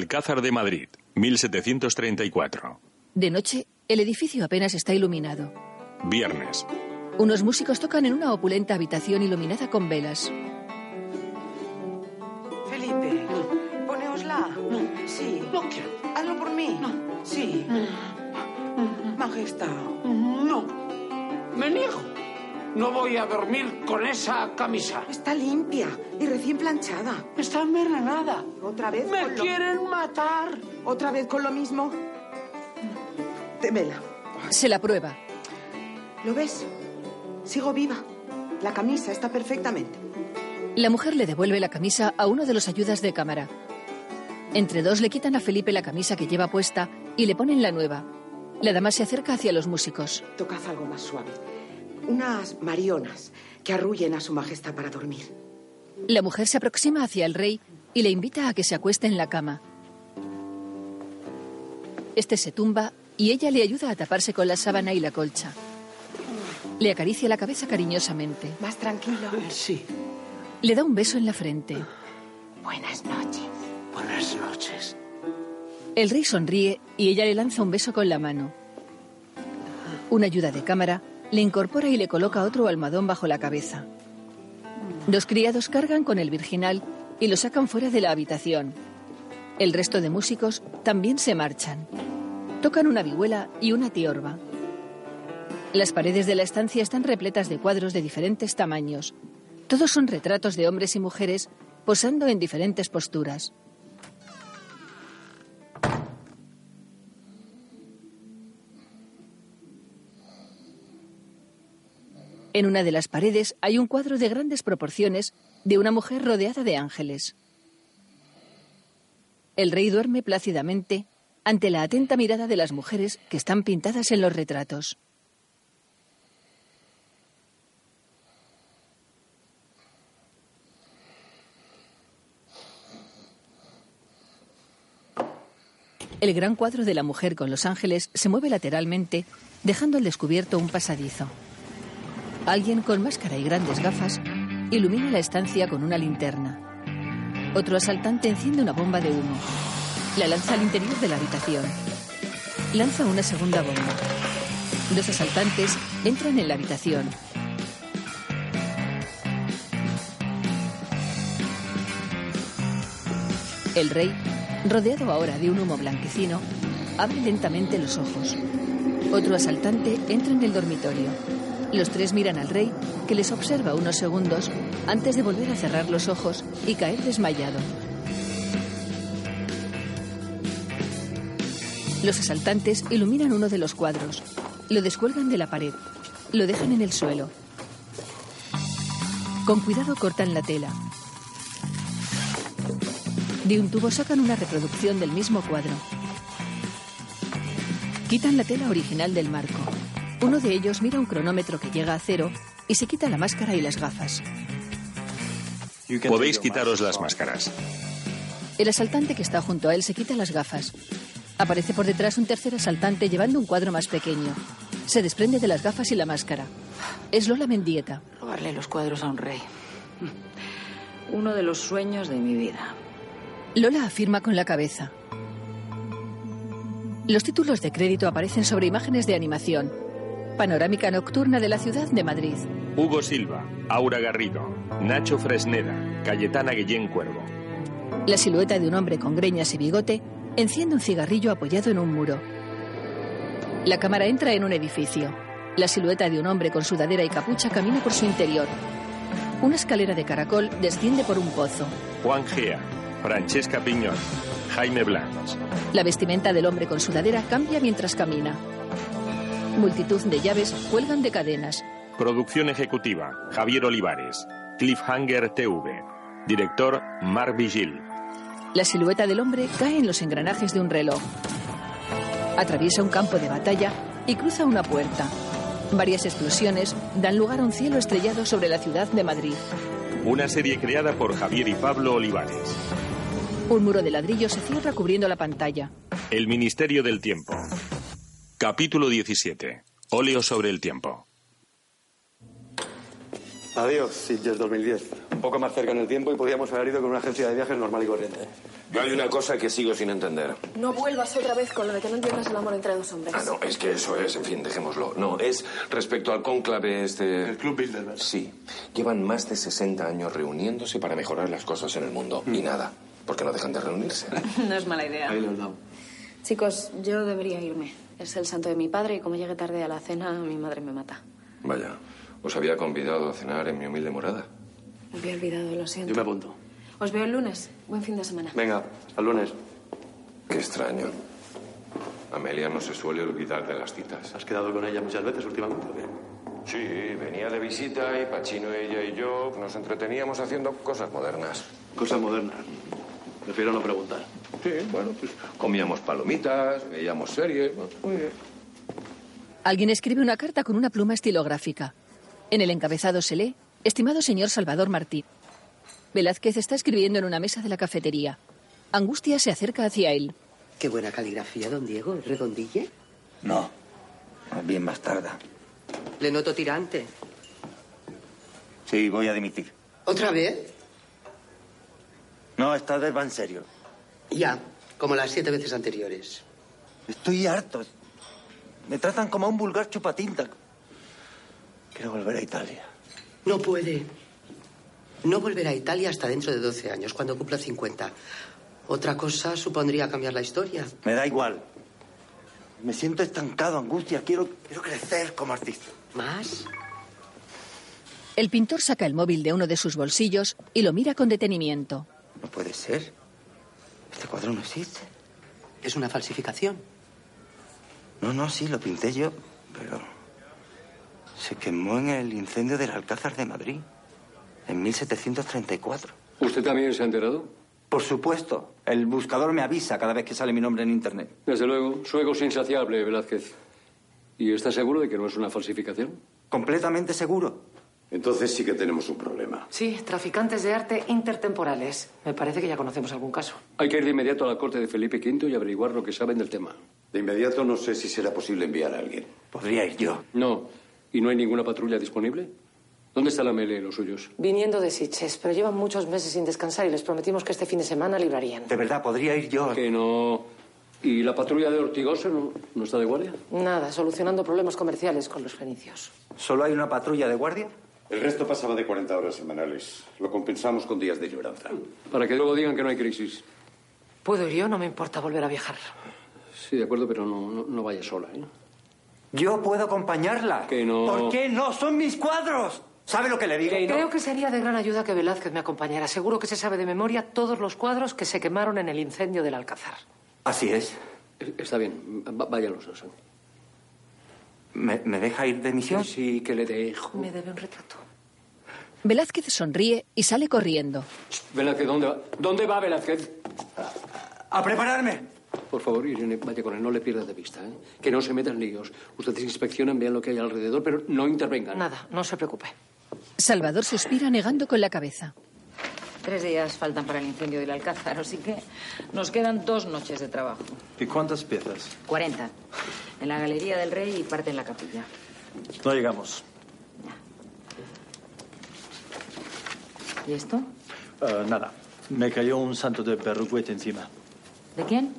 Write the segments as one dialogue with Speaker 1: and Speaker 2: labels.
Speaker 1: Alcázar de Madrid, 1734.
Speaker 2: De noche, el edificio apenas está iluminado.
Speaker 1: Viernes.
Speaker 2: Unos músicos tocan en una opulenta habitación iluminada con velas.
Speaker 3: Felipe, poneosla. Sí.
Speaker 4: No quiero.
Speaker 3: Hazlo por mí. Sí. Majestad.
Speaker 4: Mm. Mm-hmm. No. Me niego. No voy a dormir con esa camisa.
Speaker 3: Está limpia y recién planchada.
Speaker 4: Está envenenada.
Speaker 3: Otra vez.
Speaker 4: Me
Speaker 3: con lo-
Speaker 4: quieren matar.
Speaker 3: Otra vez con lo mismo. Temela.
Speaker 2: Se la prueba.
Speaker 3: ¿Lo ves? Sigo viva. La camisa está perfectamente.
Speaker 2: La mujer le devuelve la camisa a uno de los ayudas de cámara. Entre dos le quitan a Felipe la camisa que lleva puesta y le ponen la nueva. La dama se acerca hacia los músicos.
Speaker 3: Tocad algo más suave. Unas marionas que arrullen a su majestad para dormir.
Speaker 2: La mujer se aproxima hacia el rey y le invita a que se acueste en la cama. Este se tumba y ella le ayuda a taparse con la sábana y la colcha. Le acaricia la cabeza cariñosamente.
Speaker 3: Más tranquilo.
Speaker 4: Sí.
Speaker 2: Le da un beso en la frente.
Speaker 3: Buenas noches.
Speaker 4: Buenas noches.
Speaker 2: El rey sonríe y ella le lanza un beso con la mano. Una ayuda de cámara le incorpora y le coloca otro almadón bajo la cabeza. Los criados cargan con el virginal y lo sacan fuera de la habitación. El resto de músicos también se marchan. Tocan una vihuela y una tiorba. Las paredes de la estancia están repletas de cuadros de diferentes tamaños. Todos son retratos de hombres y mujeres posando en diferentes posturas. En una de las paredes hay un cuadro de grandes proporciones de una mujer rodeada de ángeles. El rey duerme plácidamente ante la atenta mirada de las mujeres que están pintadas en los retratos. El gran cuadro de la mujer con los ángeles se mueve lateralmente, dejando al descubierto un pasadizo. Alguien con máscara y grandes gafas ilumina la estancia con una linterna. Otro asaltante enciende una bomba de humo. La lanza al interior de la habitación. Lanza una segunda bomba. Dos asaltantes entran en la habitación. El rey, rodeado ahora de un humo blanquecino, abre lentamente los ojos. Otro asaltante entra en el dormitorio. Los tres miran al rey, que les observa unos segundos antes de volver a cerrar los ojos y caer desmayado. Los asaltantes iluminan uno de los cuadros, lo descuelgan de la pared, lo dejan en el suelo. Con cuidado cortan la tela. De un tubo sacan una reproducción del mismo cuadro. Quitan la tela original del marco. Uno de ellos mira un cronómetro que llega a cero y se quita la máscara y las gafas.
Speaker 1: Podéis quitaros las máscaras.
Speaker 2: El asaltante que está junto a él se quita las gafas. Aparece por detrás un tercer asaltante llevando un cuadro más pequeño. Se desprende de las gafas y la máscara. Es Lola Mendieta.
Speaker 5: Robarle los cuadros a un rey. Uno de los sueños de mi vida.
Speaker 2: Lola afirma con la cabeza. Los títulos de crédito aparecen sobre imágenes de animación. Panorámica nocturna de la ciudad de Madrid.
Speaker 1: Hugo Silva, Aura Garrido, Nacho Fresneda, Cayetana Guillén Cuervo.
Speaker 2: La silueta de un hombre con greñas y bigote enciende un cigarrillo apoyado en un muro. La cámara entra en un edificio. La silueta de un hombre con sudadera y capucha camina por su interior. Una escalera de caracol desciende por un pozo.
Speaker 1: Juan Gea, Francesca Piñón, Jaime Blanch.
Speaker 2: La vestimenta del hombre con sudadera cambia mientras camina. Multitud de llaves cuelgan de cadenas.
Speaker 1: Producción ejecutiva, Javier Olivares. Cliffhanger TV. Director, Marc Vigil.
Speaker 2: La silueta del hombre cae en los engranajes de un reloj. Atraviesa un campo de batalla y cruza una puerta. Varias explosiones dan lugar a un cielo estrellado sobre la ciudad de Madrid.
Speaker 1: Una serie creada por Javier y Pablo Olivares.
Speaker 2: Un muro de ladrillo se cierra cubriendo la pantalla.
Speaker 1: El Ministerio del Tiempo. Capítulo 17. Óleo sobre el tiempo.
Speaker 6: Adiós, Sitges 2010. Un poco más cerca en el tiempo y podíamos haber ido con una agencia de viajes normal y corriente. ¿eh?
Speaker 7: Yo hay una cosa que sigo sin entender.
Speaker 8: No vuelvas otra vez con lo de que no entiendas el amor entre dos hombres.
Speaker 7: Ah, no, es que eso es, en fin, dejémoslo. No, es respecto al cónclave este...
Speaker 6: El Club Bilderberg.
Speaker 7: Sí, llevan más de 60 años reuniéndose para mejorar las cosas en el mundo. Y nada, porque no dejan de reunirse.
Speaker 9: No es mala idea.
Speaker 6: Mm. Ahí lo has dado.
Speaker 8: Chicos, yo debería irme. Es el santo de mi padre y como llegue tarde a la cena, mi madre me mata.
Speaker 7: Vaya, os había convidado a cenar en mi humilde morada.
Speaker 8: Me había olvidado, lo
Speaker 6: Yo me
Speaker 8: siento.
Speaker 6: apunto.
Speaker 8: Os veo el lunes. Buen fin de semana.
Speaker 6: Venga, al lunes.
Speaker 7: Qué extraño. Amelia no se suele olvidar de las citas.
Speaker 6: ¿Has quedado con ella muchas veces últimamente? o qué?
Speaker 7: Sí, venía de visita y Pachino, ella y yo nos entreteníamos haciendo cosas modernas.
Speaker 6: Cosas modernas. Prefiero no preguntar.
Speaker 7: Sí, bueno, pues comíamos palomitas, veíamos series. bueno, Muy bien.
Speaker 2: Alguien escribe una carta con una pluma estilográfica. En el encabezado se lee, estimado señor Salvador Martí. Velázquez está escribiendo en una mesa de la cafetería. Angustia se acerca hacia él.
Speaker 10: Qué buena caligrafía, don Diego. ¿Es redondille?
Speaker 11: No. Más bien más tarda.
Speaker 10: Le noto tirante.
Speaker 11: Sí, voy a dimitir.
Speaker 10: ¿Otra vez?
Speaker 11: No, esta vez va en serio.
Speaker 10: Ya, como las siete veces anteriores.
Speaker 11: Estoy harto. Me tratan como a un vulgar chupatinta. Quiero volver a Italia.
Speaker 10: No puede. No volverá a Italia hasta dentro de 12 años, cuando cumpla 50. Otra cosa supondría cambiar la historia.
Speaker 11: Me da igual. Me siento estancado, angustia. Quiero, quiero crecer como artista.
Speaker 10: ¿Más?
Speaker 2: El pintor saca el móvil de uno de sus bolsillos y lo mira con detenimiento.
Speaker 11: No puede ser. Este cuadro no existe.
Speaker 10: Es una falsificación.
Speaker 11: No, no, sí, lo pinté yo, pero se quemó en el incendio del Alcázar de Madrid, en 1734.
Speaker 12: ¿Usted también se ha enterado?
Speaker 11: Por supuesto, el buscador me avisa cada vez que sale mi nombre en Internet.
Speaker 12: Desde luego, su ego es insaciable, Velázquez. ¿Y está seguro de que no es una falsificación?
Speaker 11: Completamente seguro.
Speaker 7: Entonces sí que tenemos un problema.
Speaker 9: Sí, traficantes de arte intertemporales. Me parece que ya conocemos algún caso.
Speaker 12: Hay que ir de inmediato a la corte de Felipe V y averiguar lo que saben del tema.
Speaker 7: De inmediato no sé si será posible enviar a alguien.
Speaker 11: Podría ir yo.
Speaker 12: No. ¿Y no hay ninguna patrulla disponible? ¿Dónde está la mele y los suyos?
Speaker 9: Viniendo de Siches, pero llevan muchos meses sin descansar y les prometimos que este fin de semana librarían.
Speaker 11: De verdad, podría ir yo.
Speaker 12: Que no. ¿Y la patrulla de Ortigosa no, no está de guardia?
Speaker 9: Nada, solucionando problemas comerciales con los fenicios.
Speaker 11: ¿Solo hay una patrulla de guardia?
Speaker 7: El resto pasaba de 40 horas semanales. Lo compensamos con días de lloranza.
Speaker 12: Para que luego digan que no hay crisis.
Speaker 9: Puedo ir yo, no me importa volver a viajar.
Speaker 12: Sí, de acuerdo, pero no, no, no vaya sola, ¿eh?
Speaker 11: Yo puedo acompañarla.
Speaker 12: Que no.
Speaker 11: ¿Por qué no? Son mis cuadros. ¿Sabe lo Oh. que le digo?
Speaker 9: Creo que sería de gran ayuda que Velázquez me acompañara. Seguro que se sabe de memoria todos los cuadros que se quemaron en el incendio del Alcázar.
Speaker 11: Así es.
Speaker 12: Eh, Está bien, va- vayan los dos. ¿eh?
Speaker 11: ¿Me, me deja ir de misión?
Speaker 12: Sí, que le dejo.
Speaker 9: Me debe un retrato.
Speaker 2: Velázquez sonríe y sale corriendo.
Speaker 12: Velázquez, ¿dónde va? ¿Dónde va Velázquez?
Speaker 11: A prepararme.
Speaker 12: Por favor, Irene, vaya con él, no le pierdas de vista. ¿eh? Que no se metan líos. Ustedes inspeccionan, vean lo que hay alrededor, pero no intervengan.
Speaker 9: Nada, no se preocupe.
Speaker 2: Salvador suspira negando con la cabeza.
Speaker 9: Tres días faltan para el incendio del Alcázar, así que nos quedan dos noches de trabajo.
Speaker 6: ¿Y cuántas piezas?
Speaker 9: 40. En la Galería del Rey y parte en la capilla.
Speaker 6: No llegamos.
Speaker 9: ¿Y esto?
Speaker 6: Eh, nada. Me cayó un santo de perruquete encima.
Speaker 9: ¿De quién?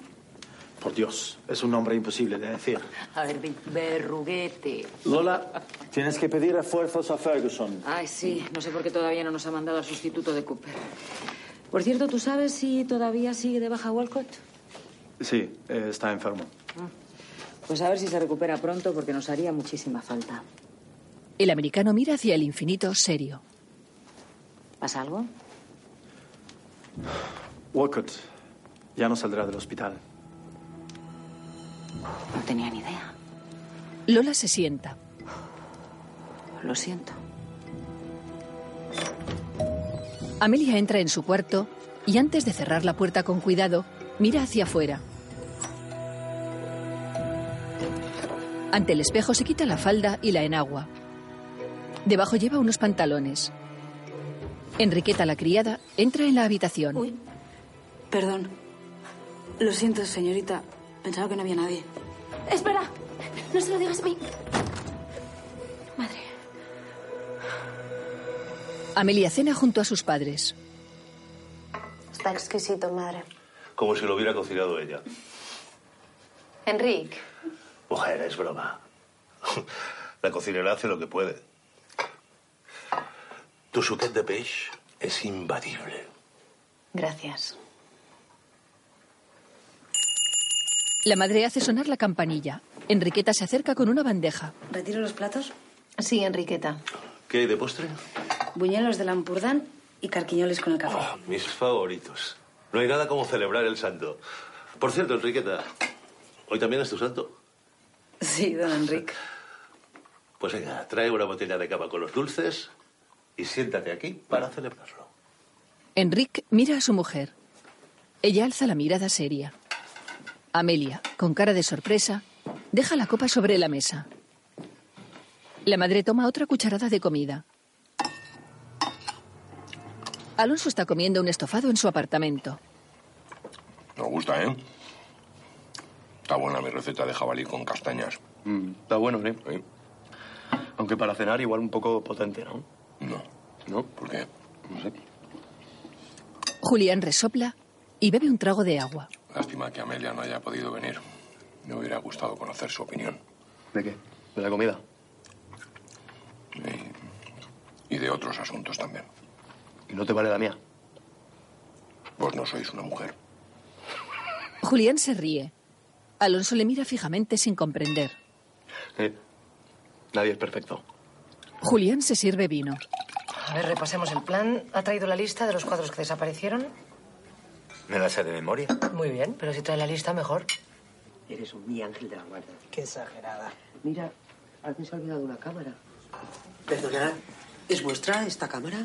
Speaker 6: Por Dios, es un nombre imposible de decir.
Speaker 9: A ver, di- Berruguete.
Speaker 6: Lola, tienes que pedir refuerzos a Ferguson.
Speaker 9: Ay, sí, no sé por qué todavía no nos ha mandado al sustituto de Cooper. Por cierto, ¿tú sabes si todavía sigue de baja Walcott?
Speaker 6: Sí, eh, está enfermo.
Speaker 9: Pues a ver si se recupera pronto porque nos haría muchísima falta.
Speaker 2: El americano mira hacia el infinito serio.
Speaker 9: ¿Pasa algo?
Speaker 6: Walcott ya no saldrá del hospital.
Speaker 9: No tenía ni idea.
Speaker 2: Lola se sienta.
Speaker 9: Lo siento.
Speaker 2: Amelia entra en su cuarto y antes de cerrar la puerta con cuidado, mira hacia afuera. Ante el espejo se quita la falda y la enagua. Debajo lleva unos pantalones. Enriqueta, la criada, entra en la habitación.
Speaker 8: Uy. Perdón. Lo siento, señorita. Pensaba que no había nadie.
Speaker 13: Espera, no se lo digas a mi madre.
Speaker 2: Amelia cena junto a sus padres.
Speaker 9: Está exquisito, madre.
Speaker 14: Como si lo hubiera cocinado ella.
Speaker 9: Enrique,
Speaker 14: Mujer, es broma. La cocinera hace lo que puede. Tu suquet de peix es imbatible.
Speaker 8: Gracias.
Speaker 2: La madre hace sonar la campanilla. Enriqueta se acerca con una bandeja.
Speaker 8: ¿Retiro los platos? Sí, Enriqueta.
Speaker 14: ¿Qué hay de postre?
Speaker 8: Buñuelos de Lampurdán y carquiñoles con el café.
Speaker 14: Mis favoritos. No hay nada como celebrar el santo. Por cierto, Enriqueta, hoy también es tu santo.
Speaker 8: Sí, don Enrique.
Speaker 14: Pues venga, trae una botella de cava con los dulces y siéntate aquí para celebrarlo.
Speaker 2: Enrique mira a su mujer. Ella alza la mirada seria. Amelia, con cara de sorpresa, deja la copa sobre la mesa. La madre toma otra cucharada de comida. Alonso está comiendo un estofado en su apartamento.
Speaker 7: Nos gusta, ¿eh? Está buena mi receta de jabalí con castañas.
Speaker 15: está bueno, ¿eh? Aunque para cenar igual un poco potente, ¿no?
Speaker 7: No.
Speaker 15: ¿No?
Speaker 7: ¿Por qué?
Speaker 15: No sé.
Speaker 2: Julián resopla y bebe un trago de agua.
Speaker 7: Lástima que Amelia no haya podido venir. Me hubiera gustado conocer su opinión.
Speaker 15: ¿De qué? ¿De la comida?
Speaker 7: Y de otros asuntos también.
Speaker 15: ¿Y no te vale la mía?
Speaker 7: Vos no sois una mujer.
Speaker 2: Julián se ríe. Alonso le mira fijamente sin comprender.
Speaker 15: Eh, Nadie es perfecto.
Speaker 2: Julián se sirve vino.
Speaker 9: a ver, repasemos el plan. ¿Ha traído la lista de los cuadros que desaparecieron?
Speaker 16: ¿Me la sé de memoria?
Speaker 9: Muy bien, pero si trae la lista, mejor.
Speaker 16: Eres un mi ángel de la guarda.
Speaker 9: Qué exagerada. Mira, alguien se ha olvidado una cámara.
Speaker 10: Perdona, ¿es vuestra esta cámara?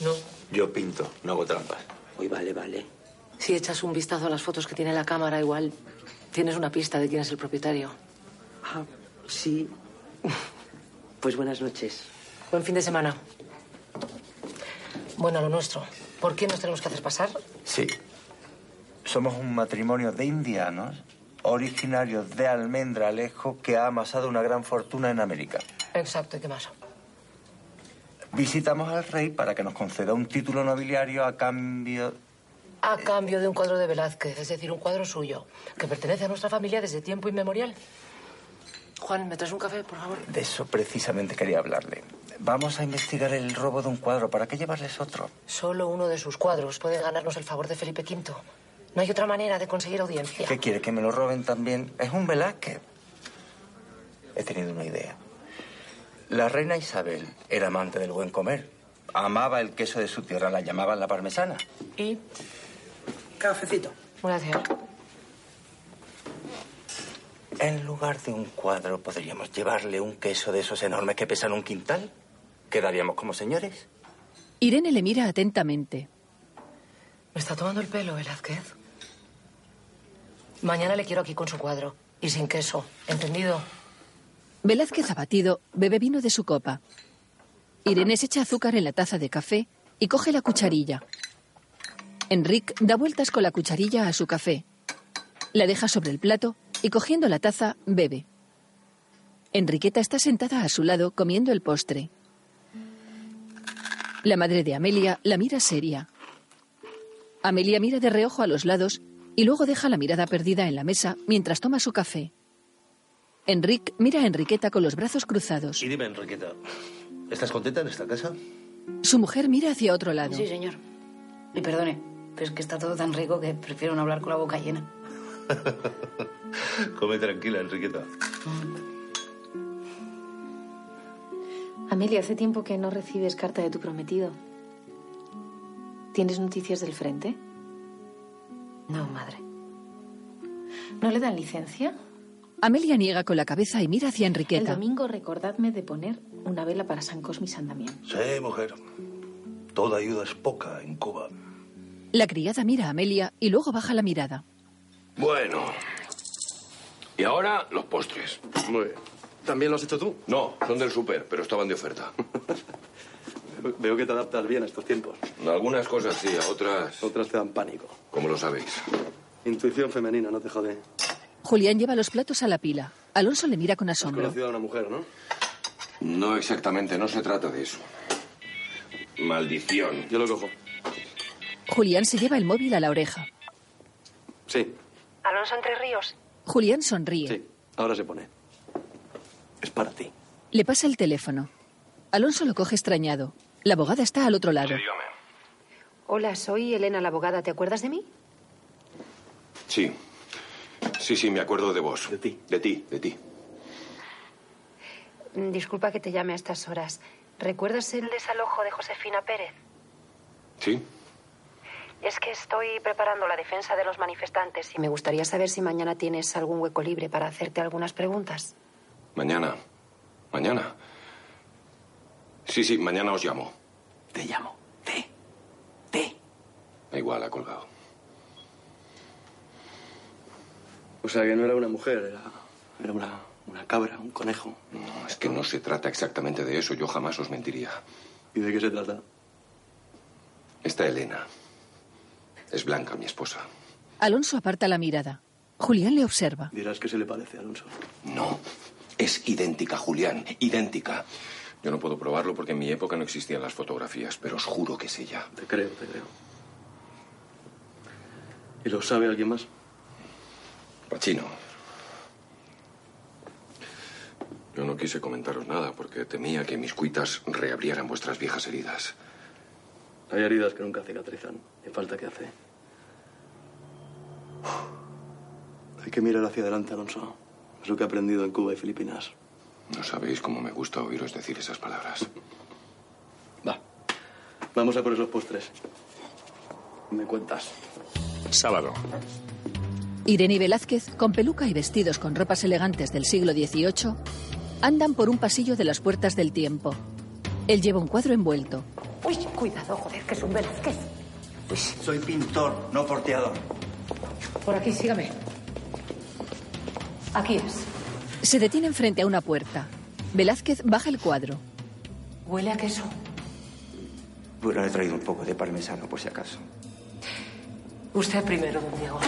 Speaker 9: No.
Speaker 16: Yo pinto, no hago trampas.
Speaker 10: Uy, vale, vale.
Speaker 9: Si echas un vistazo a las fotos que tiene la cámara, igual tienes una pista de quién es el propietario.
Speaker 10: Ah, sí. Pues buenas noches.
Speaker 9: Buen fin de semana. Bueno, lo nuestro. ¿Por qué nos tenemos que hacer pasar?
Speaker 16: Sí.
Speaker 11: Somos un matrimonio de indianos originarios de Almendralejo que ha amasado una gran fortuna en América.
Speaker 9: Exacto, ¿y qué más?
Speaker 11: Visitamos al rey para que nos conceda un título nobiliario a cambio...
Speaker 9: A cambio de un cuadro de Velázquez, es decir, un cuadro suyo, que pertenece a nuestra familia desde tiempo inmemorial. Juan, ¿me traes un café, por favor?
Speaker 11: De eso precisamente quería hablarle. Vamos a investigar el robo de un cuadro. ¿Para qué llevarles otro?
Speaker 9: Solo uno de sus cuadros puede ganarnos el favor de Felipe V. No hay otra manera de conseguir audiencia.
Speaker 11: ¿Qué quiere? ¿Que me lo roben también? Es un Velázquez. He tenido una idea. La reina Isabel era amante del buen comer. Amaba el queso de su tierra, la llamaban la parmesana.
Speaker 9: ¿Y?
Speaker 10: Cafecito.
Speaker 9: Gracias.
Speaker 11: En lugar de un cuadro, podríamos llevarle un queso de esos enormes que pesan un quintal. Quedaríamos como señores.
Speaker 2: Irene le mira atentamente.
Speaker 9: Me está tomando el pelo, Velázquez. Mañana le quiero aquí con su cuadro y sin queso, ¿entendido?
Speaker 2: Velázquez abatido bebe vino de su copa. Irene se echa azúcar en la taza de café y coge la cucharilla. Enric da vueltas con la cucharilla a su café. La deja sobre el plato y cogiendo la taza bebe. Enriqueta está sentada a su lado comiendo el postre. La madre de Amelia la mira seria. Amelia mira de reojo a los lados y luego deja la mirada perdida en la mesa mientras toma su café. Enric mira a Enriqueta con los brazos cruzados.
Speaker 14: Y dime, Enriqueta, ¿estás contenta en esta casa?
Speaker 2: Su mujer mira hacia otro lado.
Speaker 8: Sí, señor. Y perdone, pero es que está todo tan rico que prefiero no hablar con la boca llena.
Speaker 14: Come tranquila, Enriqueta.
Speaker 8: Amelia, hace tiempo que no recibes carta de tu prometido. ¿Tienes noticias del frente? No, madre. ¿No le dan licencia?
Speaker 2: Amelia niega con la cabeza y mira hacia
Speaker 8: El
Speaker 2: Enriqueta.
Speaker 8: domingo recordadme de poner una vela para San Cosme y San Damián.
Speaker 14: Sí, mujer. Toda ayuda es poca en Cuba.
Speaker 2: La criada mira a Amelia y luego baja la mirada.
Speaker 7: Bueno. Y ahora los postres.
Speaker 17: Muy bien. ¿También lo has hecho tú?
Speaker 7: No, son del súper, pero estaban de oferta.
Speaker 15: Veo que te adaptas bien a estos tiempos.
Speaker 7: Algunas cosas sí, a otras.
Speaker 15: Otras te dan pánico.
Speaker 7: Como lo sabéis.
Speaker 15: Intuición femenina, no te jode.
Speaker 2: Julián lleva los platos a la pila. Alonso le mira con
Speaker 15: Has
Speaker 2: asombro.
Speaker 15: conocido a una mujer, ¿no?
Speaker 7: No exactamente, no se trata de eso. Maldición.
Speaker 18: Yo lo cojo.
Speaker 2: Julián se lleva el móvil a la oreja.
Speaker 18: Sí,
Speaker 19: Alonso Entre Ríos.
Speaker 2: Julián sonríe.
Speaker 18: ahora se pone. Es para ti.
Speaker 2: Le pasa el teléfono. Alonso lo coge extrañado. La abogada está al otro lado.
Speaker 19: Hola, soy Elena la abogada. ¿Te acuerdas de mí?
Speaker 7: Sí. Sí, sí, me acuerdo de vos. De ti. De ti, de ti.
Speaker 19: Mm, Disculpa que te llame a estas horas. ¿Recuerdas el desalojo de Josefina Pérez?
Speaker 7: Sí.
Speaker 19: Es que estoy preparando la defensa de los manifestantes y me gustaría saber si mañana tienes algún hueco libre para hacerte algunas preguntas.
Speaker 7: Mañana. Mañana. Sí, sí, mañana os llamo. Te llamo. Te. Te. Da igual, ha colgado.
Speaker 14: O sea, que no era una mujer, era, era una, una cabra, un conejo.
Speaker 7: No, es que no se trata exactamente de eso. Yo jamás os mentiría.
Speaker 14: ¿Y de qué se trata?
Speaker 7: Esta Elena es Blanca, mi esposa.
Speaker 2: Alonso aparta la mirada. Julián le observa.
Speaker 7: Dirás que se le parece, Alonso. No, es idéntica, Julián, idéntica. Yo no puedo probarlo porque en mi época no existían las fotografías, pero os juro que es ella.
Speaker 14: Te creo, te creo. ¿Y lo sabe alguien más?
Speaker 7: Pachino. Yo no quise comentaros nada porque temía que mis cuitas reabrieran vuestras viejas heridas.
Speaker 14: Hay heridas que nunca cicatrizan. Y falta que hace. Hay que mirar hacia adelante, Alonso. Es lo que he aprendido en Cuba y Filipinas.
Speaker 7: No sabéis cómo me gusta oíros decir esas palabras.
Speaker 14: Vamos a por esos postres. Me cuentas.
Speaker 1: Sábado.
Speaker 2: Irene y Velázquez, con peluca y vestidos con ropas elegantes del siglo XVIII, andan por un pasillo de las puertas del tiempo. Él lleva un cuadro envuelto.
Speaker 9: Uy, cuidado, joder, que es un Velázquez.
Speaker 11: Pues Soy pintor, no porteador.
Speaker 9: Por aquí, sígame. Aquí es.
Speaker 2: Se detienen frente a una puerta. Velázquez baja el cuadro.
Speaker 9: Huele a queso.
Speaker 11: Bueno, le he traído un poco de parmesano por si acaso.
Speaker 9: Usted primero, don Diego.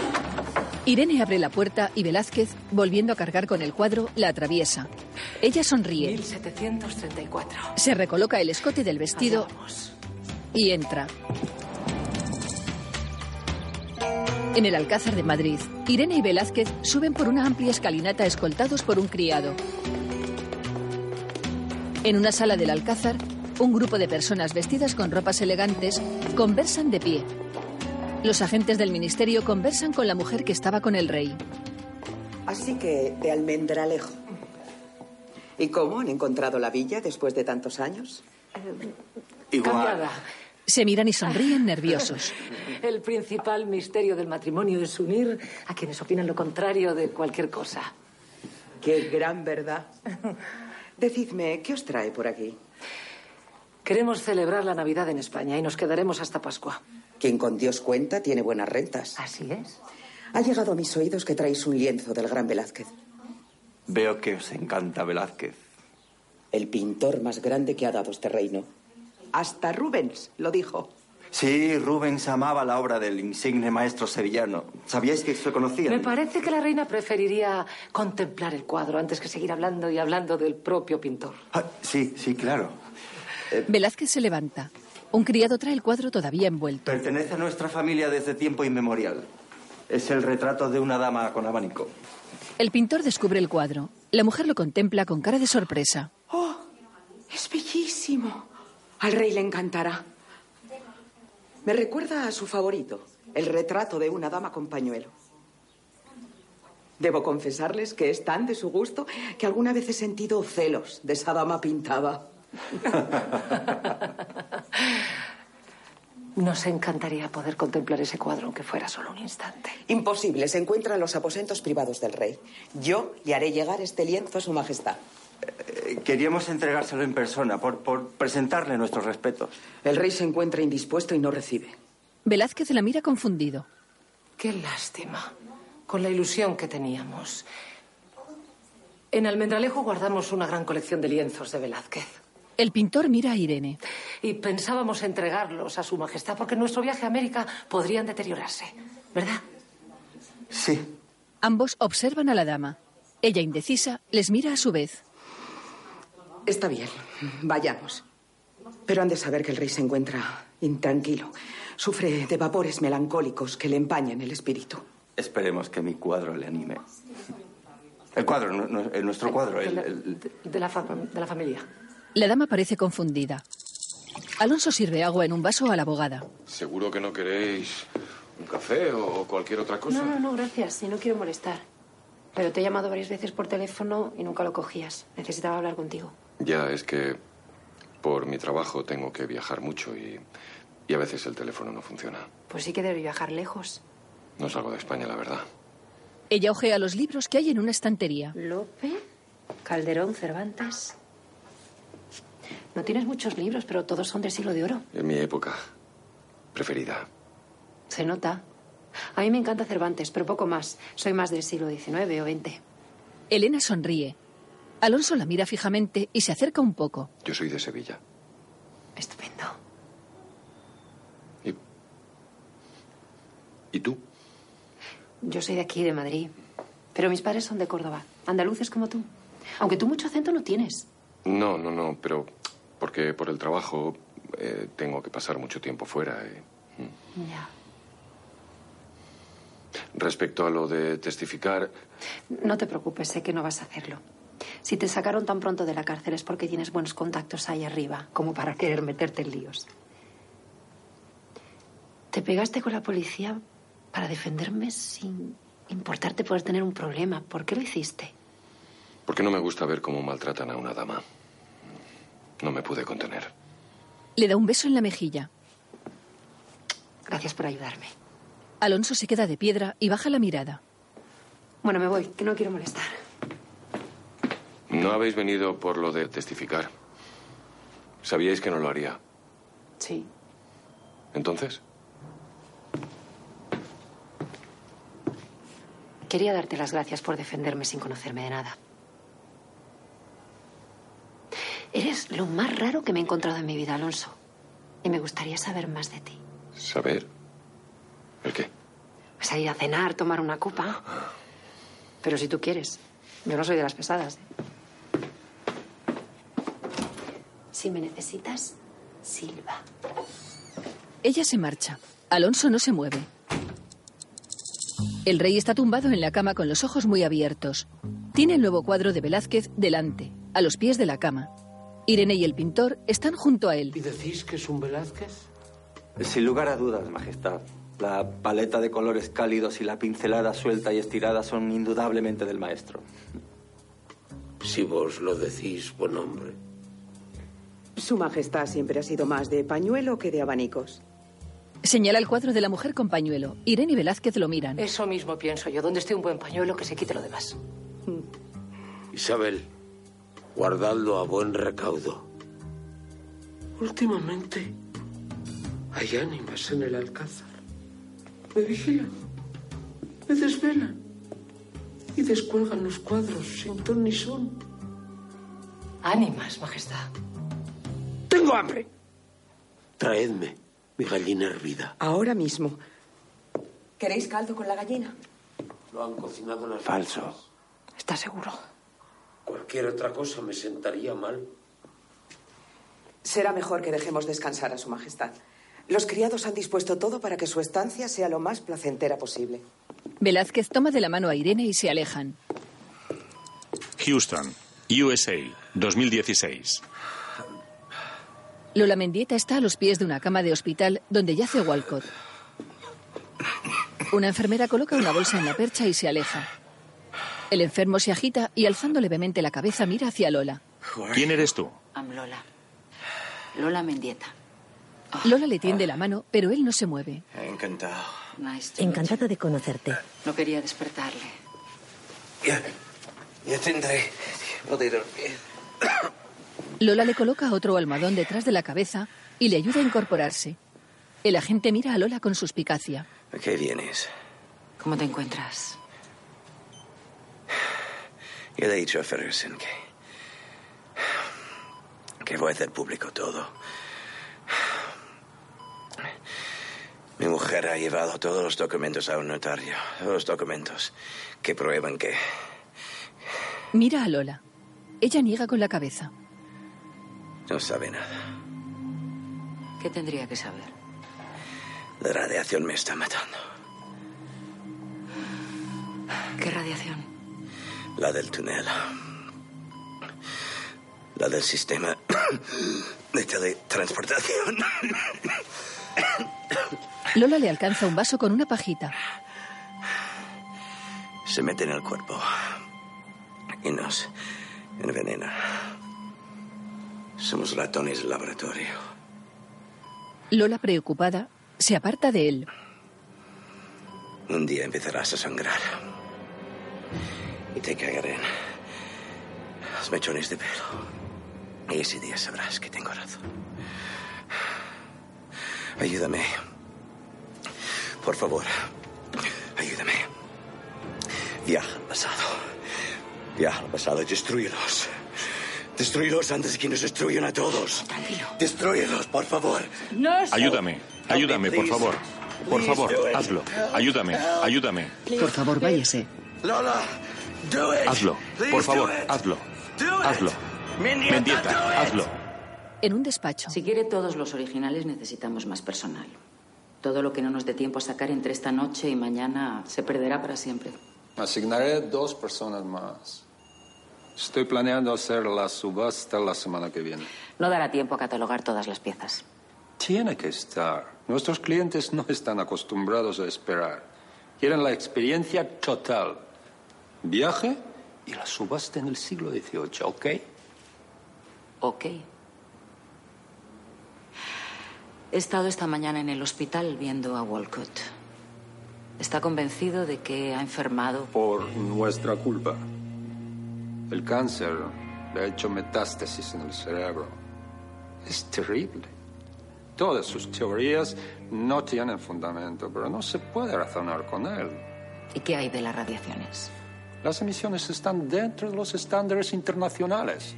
Speaker 2: Irene abre la puerta y Velázquez, volviendo a cargar con el cuadro, la atraviesa. Ella sonríe,
Speaker 9: 1734.
Speaker 2: se recoloca el escote del vestido y entra. En el Alcázar de Madrid, Irene y Velázquez suben por una amplia escalinata escoltados por un criado. En una sala del Alcázar, un grupo de personas vestidas con ropas elegantes conversan de pie. Los agentes del ministerio conversan con la mujer que estaba con el rey.
Speaker 10: Así que de Almendralejo. ¿Y cómo han encontrado la villa después de tantos años?
Speaker 9: Cambiada.
Speaker 2: Se miran y sonríen nerviosos.
Speaker 9: El principal misterio del matrimonio es unir a quienes opinan lo contrario de cualquier cosa.
Speaker 10: Qué gran verdad. Decidme, ¿qué os trae por aquí?
Speaker 9: Queremos celebrar la Navidad en España y nos quedaremos hasta Pascua.
Speaker 10: Quien con Dios cuenta tiene buenas rentas.
Speaker 9: Así es.
Speaker 10: Ha llegado a mis oídos que traéis un lienzo del gran Velázquez.
Speaker 11: Veo que os encanta Velázquez.
Speaker 10: El pintor más grande que ha dado este reino. Hasta Rubens lo dijo.
Speaker 11: Sí, Rubens amaba la obra del insigne maestro sevillano. ¿Sabíais que se
Speaker 9: Me
Speaker 11: conocían?
Speaker 9: parece que la reina preferiría contemplar el cuadro antes que seguir hablando y hablando del propio pintor.
Speaker 11: Ah, sí, sí, claro.
Speaker 2: Velázquez se levanta. Un criado trae el cuadro todavía envuelto.
Speaker 11: Pertenece a nuestra familia desde tiempo inmemorial. Es el retrato de una dama con abanico.
Speaker 2: El pintor descubre el cuadro. La mujer lo contempla con cara de sorpresa.
Speaker 3: ¡Oh! Es bellísimo. Al rey le encantará.
Speaker 10: Me recuerda a su favorito, el retrato de una dama con pañuelo. Debo confesarles que es tan de su gusto que alguna vez he sentido celos de esa dama pintaba.
Speaker 9: Nos encantaría poder contemplar ese cuadro, aunque fuera solo un instante.
Speaker 10: Imposible, se encuentra en los aposentos privados del rey. Yo le haré llegar este lienzo a su majestad.
Speaker 11: Eh, Queríamos entregárselo en persona por, por presentarle nuestros respetos.
Speaker 10: El rey se encuentra indispuesto y no recibe.
Speaker 2: Velázquez la mira confundido.
Speaker 9: Qué lástima. Con la ilusión que teníamos. En Almendralejo guardamos una gran colección de lienzos de Velázquez.
Speaker 2: El pintor mira a Irene.
Speaker 9: Y pensábamos entregarlos a su majestad porque en nuestro viaje a América podrían deteriorarse. ¿Verdad?
Speaker 11: Sí.
Speaker 2: Ambos observan a la dama. Ella, indecisa, les mira a su vez.
Speaker 10: Está bien, vayamos.
Speaker 3: Pero han de saber que el rey se encuentra intranquilo. Sufre de vapores melancólicos que le empañan el espíritu.
Speaker 11: Esperemos que mi cuadro le anime. El cuadro, nu- nu- el- nuestro cuadro. el- el-
Speaker 5: De la, fa- de la familia.
Speaker 2: La dama parece confundida. Alonso sirve agua en un vaso a la abogada.
Speaker 7: ¿Seguro que no queréis un café o cualquier otra cosa?
Speaker 20: No, no, no, gracias. Y no quiero molestar. Pero te he llamado varias veces por teléfono y nunca lo cogías. Necesitaba hablar contigo.
Speaker 7: Ya, es que por mi trabajo tengo que viajar mucho y, y a veces el teléfono no funciona.
Speaker 20: Pues sí que debe viajar lejos.
Speaker 7: No salgo de España, la verdad.
Speaker 2: Ella ojea los libros que hay en una estantería.
Speaker 20: Lope, Calderón, Cervantes. No tienes muchos libros, pero todos son del siglo de oro.
Speaker 7: En mi época preferida.
Speaker 20: Se nota. A mí me encanta Cervantes, pero poco más. Soy más del siglo XIX o XX.
Speaker 2: Elena sonríe. Alonso la mira fijamente y se acerca un poco.
Speaker 7: Yo soy de Sevilla.
Speaker 20: Estupendo.
Speaker 7: ¿Y tú?
Speaker 20: Yo soy de aquí, de Madrid. Pero mis padres son de Córdoba. Andaluces como tú. Aunque tú mucho acento no tienes.
Speaker 7: No, no, no, pero porque por el trabajo eh, tengo que pasar mucho tiempo fuera. eh.
Speaker 20: Ya.
Speaker 7: Respecto a lo de testificar,
Speaker 20: No te preocupes, sé que no vas a hacerlo. Si te sacaron tan pronto de la cárcel es porque tienes buenos contactos ahí arriba, como para querer meterte en líos. Te pegaste con la policía para defenderme sin importarte poder tener un problema. ¿Por qué lo hiciste?
Speaker 7: porque no me gusta ver cómo maltratan a una dama. No me pude contener.
Speaker 2: Le da un beso en la mejilla.
Speaker 20: Gracias por ayudarme.
Speaker 2: Alonso se queda de piedra y baja la mirada.
Speaker 20: Bueno, me voy, que no quiero molestar.
Speaker 7: No habéis venido por lo de testificar. Sabíais que no lo haría.
Speaker 20: Sí.
Speaker 7: Entonces,
Speaker 20: Quería darte las gracias por defenderme sin conocerme de nada. Eres lo más raro que me he encontrado en mi vida, Alonso. Y me gustaría saber más de ti.
Speaker 7: saber. ¿El qué?
Speaker 20: Salir a cenar, tomar una copa. Pero si tú quieres. Yo no soy de las pesadas. ¿eh? Si me necesitas, Silva.
Speaker 2: Ella se marcha. Alonso no se mueve. El rey está tumbado en la cama con los ojos muy abiertos. Tiene el nuevo cuadro de Velázquez delante, a los pies de la cama. Irene y el pintor están junto a él.
Speaker 4: ¿Y decís que es un Velázquez?
Speaker 21: Sin lugar a dudas, Majestad. La paleta de colores cálidos y la pincelada suelta y estirada son indudablemente del maestro.
Speaker 22: Si vos lo decís, buen hombre.
Speaker 10: Su Majestad siempre ha sido más de pañuelo que de abanicos.
Speaker 2: Señala el cuadro de la mujer con pañuelo. Irene y Velázquez lo miran.
Speaker 20: Eh.
Speaker 9: Eso mismo pienso yo. Donde esté un buen pañuelo, que se quite lo demás.
Speaker 22: Isabel, guardadlo a buen recaudo. Últimamente hay ánimas en el alcázar. Me vigilan, me desvelan y descuelgan los cuadros sin ton ni son.
Speaker 9: Ánimas, majestad.
Speaker 22: Tengo hambre. Traedme mi gallina hervida.
Speaker 10: Ahora mismo. ¿Queréis caldo con la gallina?
Speaker 22: Lo han cocinado las
Speaker 21: Falso.
Speaker 22: ¿Estás seguro? Cualquier otra cosa me sentaría mal.
Speaker 10: Será mejor que dejemos descansar a Su Majestad. Los criados han dispuesto todo para que su estancia sea lo más placentera posible.
Speaker 2: Velázquez toma de la mano a Irene y se alejan.
Speaker 1: Houston, USA, 2016.
Speaker 2: Lola Mendieta está a los pies de una cama de hospital donde yace Walcott. Una enfermera coloca una bolsa en la percha y se aleja. El enfermo se agita y alzando levemente la cabeza mira hacia Lola.
Speaker 1: ¿Quién eres tú?
Speaker 5: Amlola. Lola Mendieta.
Speaker 2: Lola le tiende la mano, pero él no se mueve.
Speaker 23: Encantado.
Speaker 5: Nice to meet you.
Speaker 6: Encantada de conocerte.
Speaker 5: No quería despertarle.
Speaker 23: Ya, ya tendré tiempo de dormir.
Speaker 2: Lola le coloca otro almadón detrás de la cabeza y le ayuda a incorporarse. El agente mira a Lola con suspicacia.
Speaker 23: ¿A qué vienes?
Speaker 5: ¿Cómo te encuentras?
Speaker 23: Yo le he dicho a Ferguson que. que voy a hacer público todo. Mi mujer ha llevado todos los documentos a un notario. Todos los documentos que prueban que.
Speaker 2: Mira a Lola. Ella niega con la cabeza.
Speaker 23: no sabe nada.
Speaker 5: ¿Qué tendría que saber?
Speaker 23: La radiación me está matando.
Speaker 5: ¿Qué radiación?
Speaker 23: La del túnel. La del sistema de teletransportación.
Speaker 2: Lola le alcanza un vaso con una pajita.
Speaker 23: Se mete en el cuerpo y nos envenena. Somos ratones de laboratorio.
Speaker 2: Lola, preocupada, se aparta de él.
Speaker 23: Un día empezarás a sangrar. Y te cagarán los mechones de pelo. Y ese día sabrás que tengo razón. Ayúdame. Por favor. Ayúdame. Viaja al pasado. Viaja al pasado y destruyelos. Destruyelos antes de que nos destruyan a todos. Tranquilo. Destruyelos, por favor.
Speaker 1: No, ayúdame, ayúdame, por favor. Por favor,
Speaker 23: eh,
Speaker 1: hazlo. Ayúdame, ayúdame.
Speaker 6: Por favor, váyase.
Speaker 23: Lola, do it.
Speaker 1: Hazlo, por favor, hazlo. Hazlo. Mendieta, hazlo.
Speaker 2: En un despacho.
Speaker 5: Si quiere todos los originales, necesitamos más personal. Todo lo que no nos dé tiempo a sacar entre esta noche y mañana se perderá para siempre.
Speaker 24: Asignaré dos personas más. Estoy planeando hacer la subasta la semana que viene.
Speaker 5: No dará tiempo a catalogar todas las piezas.
Speaker 24: Tiene que estar. Nuestros clientes no están acostumbrados a esperar. Quieren la experiencia total. Viaje y la subasta en el siglo XVIII, ¿ok?
Speaker 5: Ok. He estado esta mañana en el hospital viendo a Walcott. Está convencido de que ha enfermado.
Speaker 24: Por nuestra culpa. El cáncer le ha hecho metástasis en el cerebro. Es terrible. Todas sus teorías no tienen fundamento, pero no se puede razonar con él.
Speaker 5: ¿Y qué hay de las radiaciones?
Speaker 24: Las emisiones están dentro de los estándares internacionales,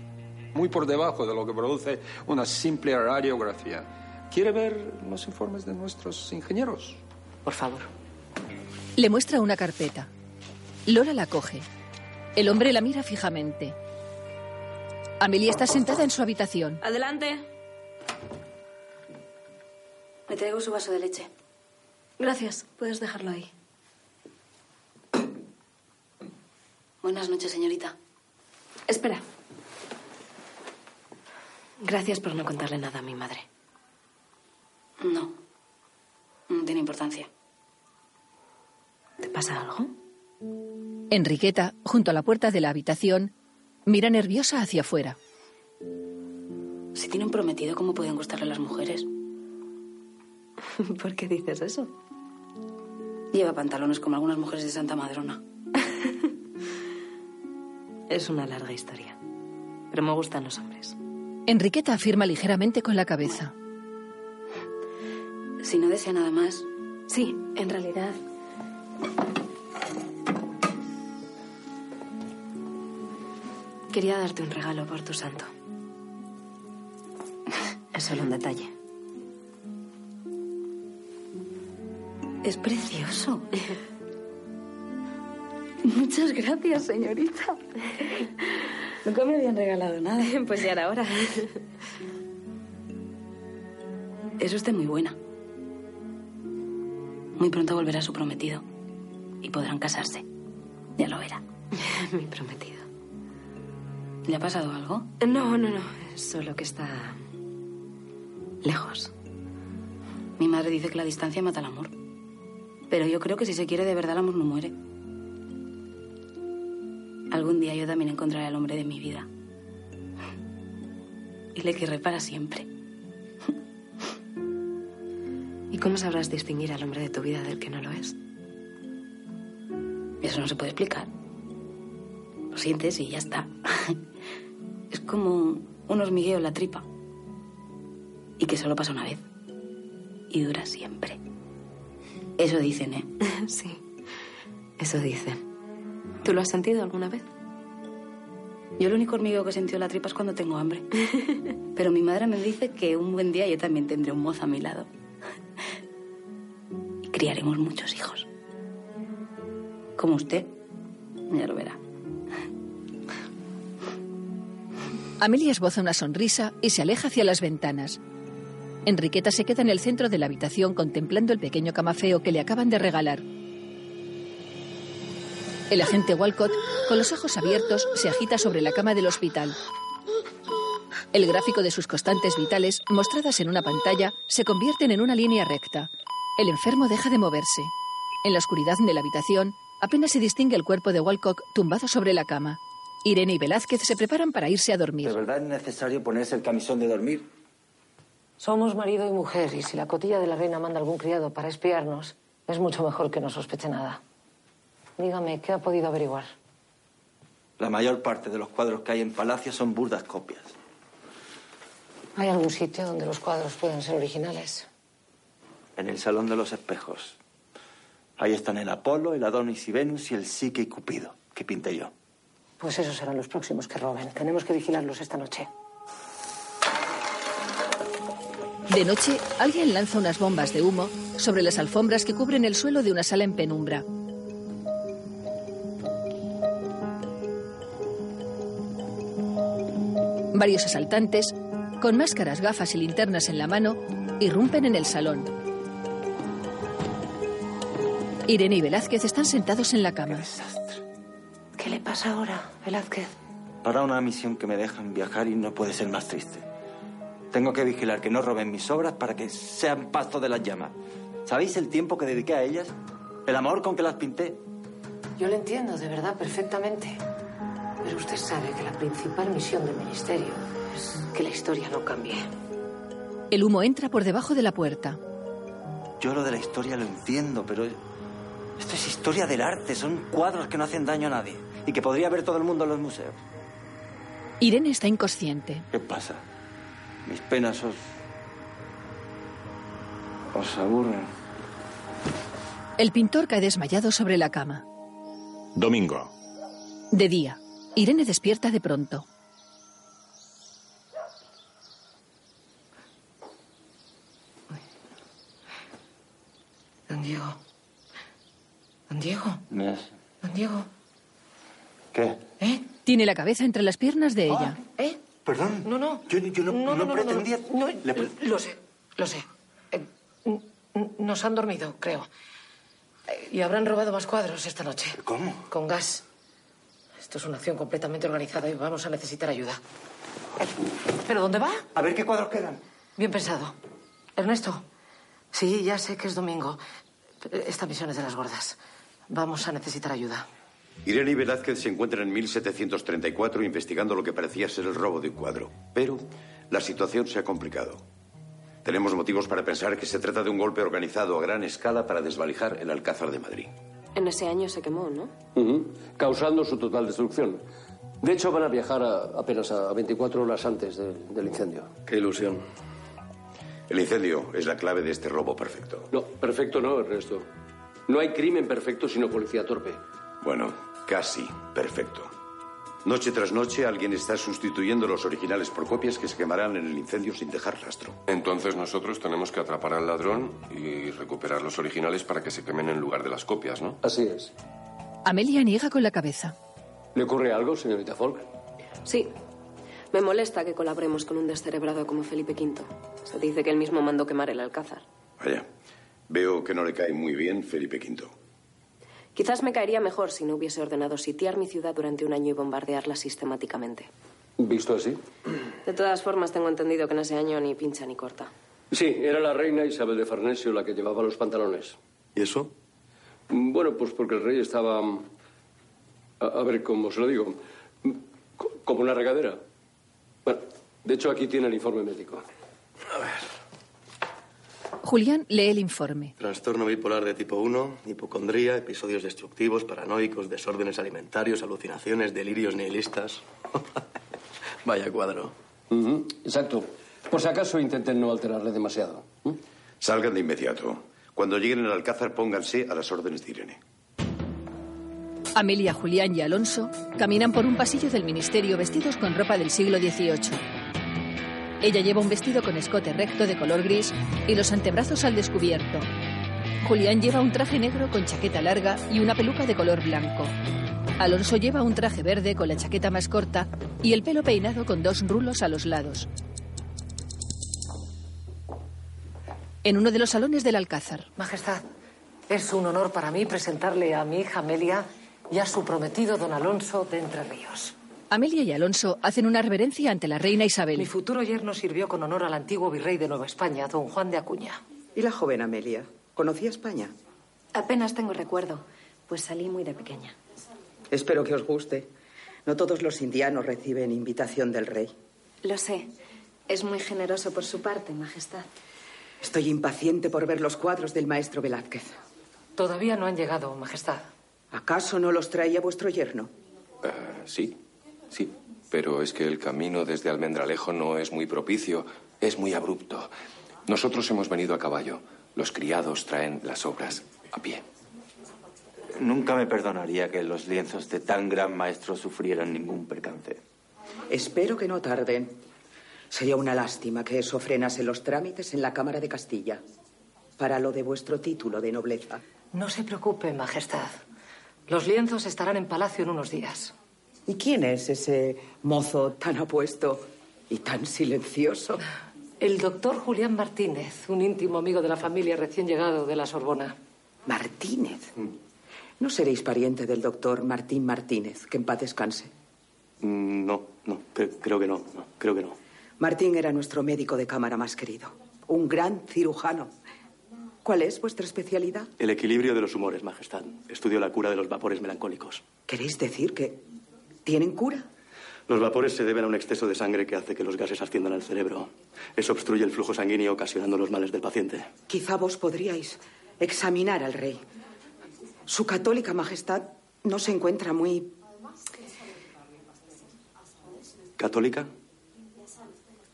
Speaker 24: muy por debajo de lo que produce una simple radiografía. ¿Quiere ver los informes de nuestros ingenieros?
Speaker 5: Por favor.
Speaker 2: Le muestra una carpeta. Lola la coge. El hombre la mira fijamente. Amelie está sentada en su habitación.
Speaker 8: Adelante. Le traigo su vaso de leche. Gracias, puedes dejarlo ahí. Buenas noches, señorita. Espera.
Speaker 19: Gracias por no contarle nada a mi madre.
Speaker 8: No. No tiene importancia.
Speaker 19: ¿Te pasa algo?
Speaker 2: Enriqueta, junto a la puerta de la habitación, mira nerviosa hacia afuera.
Speaker 8: Si tiene un prometido, ¿cómo pueden gustarle las mujeres?
Speaker 19: ¿Por qué dices eso?
Speaker 8: Lleva pantalones como algunas mujeres de Santa Madrona.
Speaker 19: Es una larga historia. Pero me gustan los hombres.
Speaker 2: Enriqueta afirma ligeramente con la cabeza.
Speaker 8: Si no desea nada más.
Speaker 19: Sí, en realidad. Quería darte un regalo por tu santo. Es solo un detalle. Es precioso.
Speaker 8: Muchas gracias, señorita. Nunca me habían regalado nada.
Speaker 19: Pues ya era hora.
Speaker 8: Es usted muy buena. Muy pronto volverá su prometido. Y podrán casarse. Ya lo verá.
Speaker 19: Mi prometido.
Speaker 8: ¿Le ha pasado algo?
Speaker 19: No, no, no. Solo que está lejos.
Speaker 8: Mi madre dice que la distancia mata el amor. Pero yo creo que si se quiere de verdad, el amor no muere. Algún día yo también encontraré al hombre de mi vida. Y le querré para siempre.
Speaker 19: ¿Y cómo sabrás distinguir al hombre de tu vida del que no lo es?
Speaker 8: Eso no se puede explicar. Lo sientes y ya está. Es como un hormigueo en la tripa. Y que solo pasa una vez. Y dura siempre. Eso dicen, ¿eh?
Speaker 19: Sí, eso dicen. ¿Tú lo has sentido alguna vez?
Speaker 8: Yo el único hormigueo que he sentido en la tripa es cuando tengo hambre. Pero mi madre me dice que un buen día yo también tendré un mozo a mi lado. Y criaremos muchos hijos. Como usted. Ya lo verá.
Speaker 2: Amelia esboza una sonrisa y se aleja hacia las ventanas. Enriqueta se queda en el centro de la habitación contemplando el pequeño camafeo que le acaban de regalar. El agente Walcott, con los ojos abiertos, se agita sobre la cama del hospital. El gráfico de sus constantes vitales, mostradas en una pantalla, se convierten en una línea recta. El enfermo deja de moverse. En la oscuridad de la habitación, apenas se distingue el cuerpo de Walcott tumbado sobre la cama. Irene y Velázquez se preparan para irse a dormir.
Speaker 11: ¿De verdad es necesario ponerse el camisón de dormir?
Speaker 9: Somos marido y mujer, y si la cotilla de la reina manda algún criado para espiarnos, es mucho mejor que no sospeche nada. Dígame, ¿qué ha podido averiguar?
Speaker 11: La mayor parte de los cuadros que hay en Palacio son burdas copias.
Speaker 9: ¿Hay algún sitio donde los cuadros puedan ser originales?
Speaker 11: En el Salón de los Espejos. Ahí están el Apolo, el Adonis y Venus y el Psique y Cupido, que pinté yo.
Speaker 9: Pues esos serán los próximos que roben. Tenemos que vigilarlos esta noche.
Speaker 2: De noche, alguien lanza unas bombas de humo sobre las alfombras que cubren el suelo de una sala en penumbra. Varios asaltantes, con máscaras, gafas y linternas en la mano, irrumpen en el salón. Irene y Velázquez están sentados en la cama.
Speaker 9: ¿Qué le pasa ahora, Velázquez?
Speaker 11: Para una misión que me dejan viajar y no puede ser más triste. Tengo que vigilar que no roben mis obras para que sean pasto de las llamas. ¿Sabéis el tiempo que dediqué a ellas? ¿El amor con que las pinté?
Speaker 9: Yo lo entiendo, de verdad, perfectamente. Pero usted sabe que la principal misión del ministerio es que la historia no cambie.
Speaker 2: El humo entra por debajo de la puerta.
Speaker 11: Yo lo de la historia lo entiendo, pero esto es historia del arte. Son cuadros que no hacen daño a nadie y que podría ver todo el mundo en los museos.
Speaker 2: Irene está inconsciente.
Speaker 11: ¿Qué pasa? Mis penas os... os aburren.
Speaker 2: El pintor cae desmayado sobre la cama.
Speaker 1: Domingo.
Speaker 2: De día, Irene despierta de pronto.
Speaker 9: Don Diego. Don Diego.
Speaker 11: ¿Me has-
Speaker 9: Don Diego.
Speaker 11: ¿Qué?
Speaker 9: ¿Eh?
Speaker 2: Tiene la cabeza entre las piernas de ella.
Speaker 9: ¿Eh?
Speaker 11: Perdón.
Speaker 9: No, no.
Speaker 11: Yo, yo no,
Speaker 9: No, no,
Speaker 11: no
Speaker 9: no, no,
Speaker 11: pretendía...
Speaker 9: no, no,
Speaker 11: Le pre-
Speaker 9: Lo sé, lo sé. Eh, n- n- nos han dormido, creo. Eh, y habrán robado más cuadros esta noche.
Speaker 11: ¿Cómo?
Speaker 9: Con gas. Esto es una acción completamente organizada y vamos a necesitar ayuda. Eh, ¿Pero dónde va?
Speaker 11: A ver qué cuadros quedan.
Speaker 9: Bien pensado. Ernesto. Sí, ya sé que es domingo. Eh, Esta misión es de las gordas. Vamos a necesitar ayuda.
Speaker 18: Irene y Velázquez se encuentran en 1734 investigando lo que parecía ser el robo de un cuadro. Pero la situación se ha complicado. Tenemos motivos para pensar que se trata de un golpe organizado a gran escala para desvalijar el Alcázar de Madrid.
Speaker 8: En ese año se quemó, ¿no?
Speaker 12: Ujú, causando su total destrucción. De hecho, van a viajar a- apenas a 24 horas antes de- del incendio.
Speaker 18: Qué ilusión. El incendio es la clave de este robo perfecto.
Speaker 12: No, perfecto no, Ernesto. No hay crimen perfecto sino policía torpe.
Speaker 18: Bueno, casi perfecto. Noche tras noche alguien está sustituyendo los originales por copias que se quemarán en el incendio sin dejar rastro.
Speaker 7: Entonces nosotros tenemos que atrapar al ladrón y recuperar los originales para que se quemen en lugar de las copias, ¿no?
Speaker 12: Así es.
Speaker 2: Amelia niega con la cabeza.
Speaker 12: ¿Le ocurre algo, señorita Folk?
Speaker 8: Sí. Me molesta que colaboremos con un descerebrado como Felipe V. Se dice que él mismo mandó quemar el alcázar.
Speaker 18: Vaya, veo que no le cae muy bien Felipe V.
Speaker 8: Quizás me caería mejor si no hubiese ordenado sitiar mi ciudad durante un año y bombardearla sistemáticamente.
Speaker 12: ¿Visto así?
Speaker 8: De todas formas, tengo entendido que en ese año ni pincha ni corta.
Speaker 12: Sí, era la reina Isabel de Farnesio la que llevaba los pantalones.
Speaker 18: ¿Y eso?
Speaker 12: Bueno, pues porque el rey estaba... mm, A, a ver, ¿cómo se lo digo? Mm, co- Como una regadera. Bueno, de hecho aquí tiene el informe médico.
Speaker 2: Julián lee el informe.
Speaker 6: Trastorno bipolar de tipo 1, hipocondría, episodios destructivos, paranoicos, desórdenes alimentarios, alucinaciones, delirios nihilistas. Vaya cuadro.
Speaker 12: Ujú, exacto. Por si acaso intenten no alterarle demasiado.
Speaker 18: Salgan de inmediato. Cuando lleguen al Alcázar, pónganse a las órdenes de Irene.
Speaker 2: Amelia, Julián y Alonso caminan por un pasillo del ministerio vestidos con ropa del siglo XVIII. Ella lleva un vestido con escote recto de color gris y los antebrazos al descubierto. Julián lleva un traje negro con chaqueta larga y una peluca de color blanco. Alonso lleva un traje verde con la chaqueta más corta y el pelo peinado con dos rulos a los lados. En uno de los salones del Alcázar.
Speaker 9: Majestad, es un honor para mí presentarle a mi hija Amelia y a su prometido don Alonso de Entre Ríos.
Speaker 2: Amelia y Alonso hacen una reverencia ante la reina Isabel.
Speaker 9: Mi futuro yerno sirvió con honor al antiguo virrey de Nueva España, don Juan de Acuña.
Speaker 10: ¿Y la joven Amelia? ¿Conocía España?
Speaker 8: Apenas tengo recuerdo, pues salí muy de pequeña.
Speaker 10: Espero que os guste. No todos los indianos reciben invitación del rey.
Speaker 8: Lo sé. Es muy generoso por su parte, Majestad.
Speaker 10: Estoy impaciente por ver los cuadros del maestro Velázquez.
Speaker 9: Todavía no han llegado, Majestad.
Speaker 10: ¿Acaso no los traía vuestro yerno?
Speaker 7: Ah, sí, sí. Pero es que el camino desde Almendralejo no es muy propicio, es muy abrupto. Nosotros hemos venido a caballo. Los criados traen las obras a pie.
Speaker 11: Nunca me perdonaría que los lienzos de tan gran maestro sufrieran ningún percance.
Speaker 10: Espero que no tarden. Sería una lástima que eso frenase los trámites en la Cámara de Castilla para lo de vuestro título de nobleza.
Speaker 9: No se preocupe, Majestad. Los lienzos estarán en palacio en unos días.
Speaker 10: ¿Y quién es ese mozo tan apuesto y tan silencioso?
Speaker 9: El doctor Julián Martínez, un íntimo amigo de la familia recién llegado de la Sorbona.
Speaker 10: Martínez.
Speaker 6: Mm.
Speaker 10: No seréis pariente del doctor Martín Martínez, que en paz descanse.
Speaker 6: Mm, No, no, cre- creo que no, no, creo que no.
Speaker 10: Martín era nuestro médico de cámara más querido. Un gran cirujano. ¿Cuál es vuestra especialidad?
Speaker 6: El equilibrio de los humores, Majestad. Estudio la cura de los vapores melancólicos.
Speaker 10: ¿Queréis decir que tienen cura?
Speaker 6: Los vapores se deben a un exceso de sangre que hace que los gases asciendan al cerebro. Eso obstruye el flujo sanguíneo ocasionando los males del paciente.
Speaker 10: Quizá vos podríais examinar al rey. Su católica majestad no se encuentra muy...
Speaker 6: ¿Católica?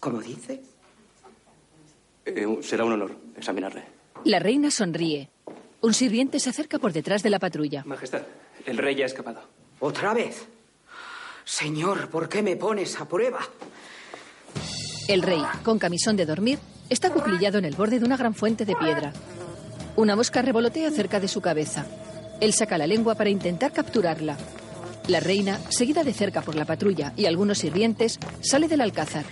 Speaker 10: ¿Cómo dice?
Speaker 6: Eh, será un honor examinarle.
Speaker 2: La reina sonríe. Un sirviente se acerca por detrás de la patrulla.
Speaker 15: Majestad, el rey ya ha escapado.
Speaker 10: ¿Otra vez? Señor, ¿por qué me pones a prueba?
Speaker 2: El rey, con camisón de dormir, está cuclillado en el borde de una gran fuente de piedra. Una mosca revolotea cerca de su cabeza. Él saca la lengua para intentar capturarla. La reina, seguida de cerca por la patrulla y algunos sirvientes, sale del alcázar.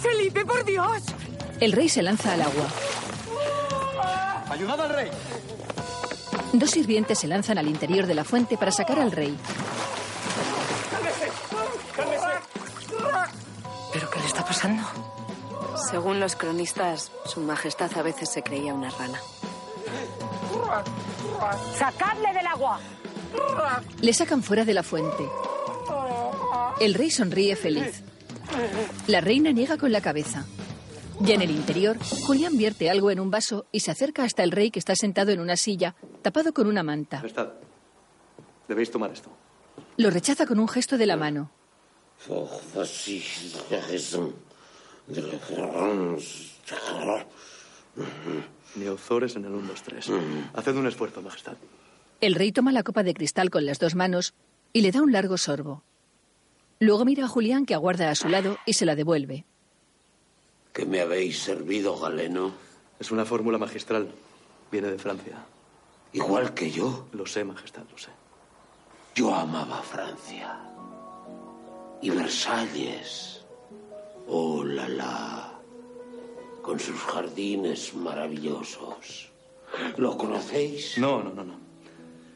Speaker 25: Felipe, por Dios.
Speaker 2: El rey se lanza al agua.
Speaker 11: ¡Ayudad al rey!
Speaker 2: Dos sirvientes se lanzan al interior de la fuente para sacar al rey.
Speaker 15: ¡Cálmese! ¡Cálmese!
Speaker 9: ¿Pero qué le está pasando?
Speaker 8: Según los cronistas, su majestad a veces se creía una rana.
Speaker 25: ¡Sacadle del agua!
Speaker 2: Le sacan fuera de la fuente. El rey sonríe feliz. La reina niega con la cabeza. Ya en el interior, Julián vierte algo en un vaso y se acerca hasta el rey que está sentado en una silla, tapado con una manta.
Speaker 6: Majestad, debéis tomar esto.
Speaker 2: Lo rechaza con un gesto de la mano.
Speaker 6: Neozores en el 1, 2, 3. Haced un esfuerzo, Majestad.
Speaker 2: El rey toma la copa de cristal con las dos manos y le da un largo sorbo. Luego mira a Julián que aguarda a su lado y se la devuelve.
Speaker 15: ¿Qué me habéis servido, Galeno?
Speaker 6: Es una fórmula magistral. Viene de Francia.
Speaker 15: Igual que yo.
Speaker 6: Lo sé, Majestad, lo sé.
Speaker 15: Yo amaba Francia. Y Versalles. Oh la la. Con sus jardines maravillosos. ¿Lo conocéis?
Speaker 6: No, no, no, no.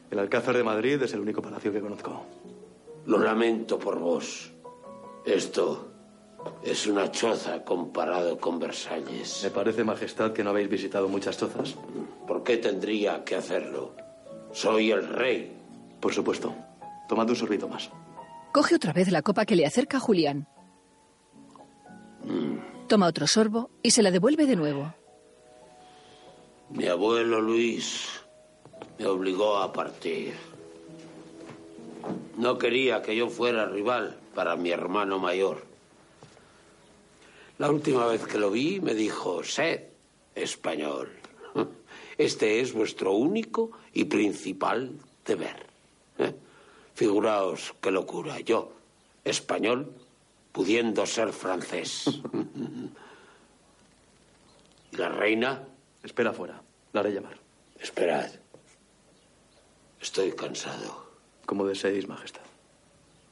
Speaker 6: El Alcázar de Madrid es el único palacio que conozco.
Speaker 15: Lo lamento por vos. Esto es una choza comparado con Versalles.
Speaker 6: Me parece, Majestad, que no habéis visitado muchas chozas.
Speaker 15: ¿Por qué tendría que hacerlo? Soy el rey.
Speaker 6: Por supuesto. Tomad un sorbito más.
Speaker 2: Coge otra vez la copa que le acerca a Julián. Toma otro sorbo y se la devuelve de nuevo.
Speaker 15: Mi abuelo Luis me obligó a partir. No quería que yo fuera rival para mi hermano mayor. La última vez que lo vi me dijo, sed español. Este es vuestro único y principal deber. ¿Eh? Figuraos qué locura. Yo, español, pudiendo ser francés. ¿Y la reina?
Speaker 6: Espera fuera. La haré llamar.
Speaker 15: Esperad. Estoy cansado.
Speaker 6: Como deseéis, Majestad.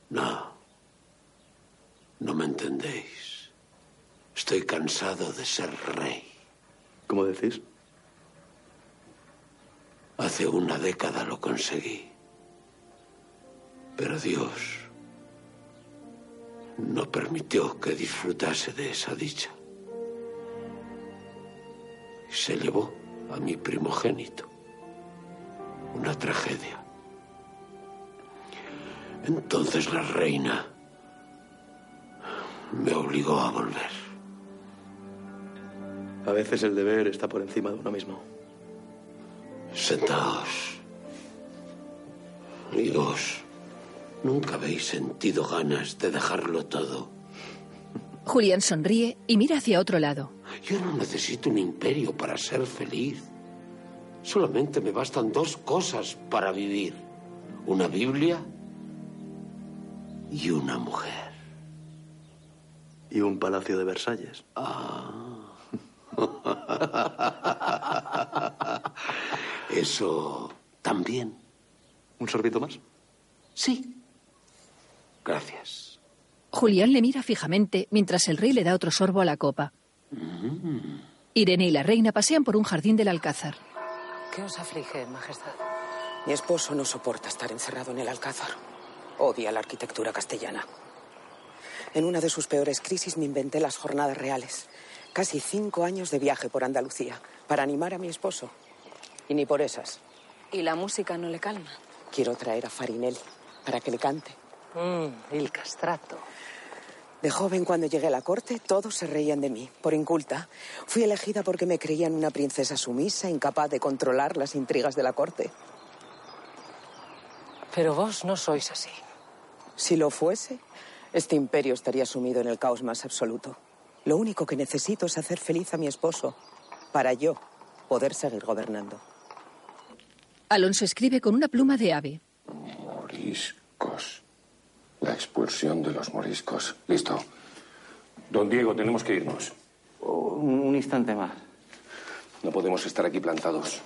Speaker 15: No. No me entendéis. Estoy cansado de ser rey.
Speaker 6: ¿Cómo decís?
Speaker 15: Hace una década lo conseguí. Pero Dios no permitió que disfrutase de esa dicha. Y se llevó a mi primogénito. Una tragedia. Entonces la reina me obligó a volver.
Speaker 26: A veces el deber está por encima de uno mismo.
Speaker 15: Sentaos. Amigos, nunca habéis sentido ganas de dejarlo todo.
Speaker 2: Julián sonríe y mira hacia otro lado.
Speaker 15: Yo no necesito un imperio para ser feliz. Solamente me bastan dos cosas para vivir. Una Biblia y una mujer.
Speaker 26: Y un palacio de Versalles.
Speaker 15: Ah. Eso también.
Speaker 26: ¿Un sorbito más?
Speaker 15: Sí. Gracias.
Speaker 2: Julián le mira fijamente mientras el rey le da otro sorbo a la copa. Irene y la reina pasean por un jardín del alcázar.
Speaker 9: ¿Qué os aflige, Majestad?
Speaker 10: Mi esposo no soporta estar encerrado en el Alcázar. Odia la arquitectura castellana. En una de sus peores crisis me inventé las jornadas reales. Casi cinco años de viaje por Andalucía para animar a mi esposo. Y ni por esas.
Speaker 27: ¿Y la música no le calma?
Speaker 10: Quiero traer a Farinelli para que le cante.
Speaker 9: el castrato.
Speaker 10: De joven, cuando llegué a la corte, todos se reían de mí, por inculta. Fui elegida porque me creían una princesa sumisa, incapaz de controlar las intrigas de la corte.
Speaker 9: Pero vos no
Speaker 14: Ah,
Speaker 9: sois así.
Speaker 10: Si lo fuese, este imperio estaría sumido en el caos más absoluto. Lo único que necesito es hacer feliz a mi esposo, para yo poder seguir gobernando.
Speaker 2: Alonso escribe con una pluma de ave.
Speaker 7: Moriscos. La expulsión de los moriscos. Listo. Don Diego, tenemos que irnos.
Speaker 11: Un instante más.
Speaker 7: No podemos estar aquí plantados.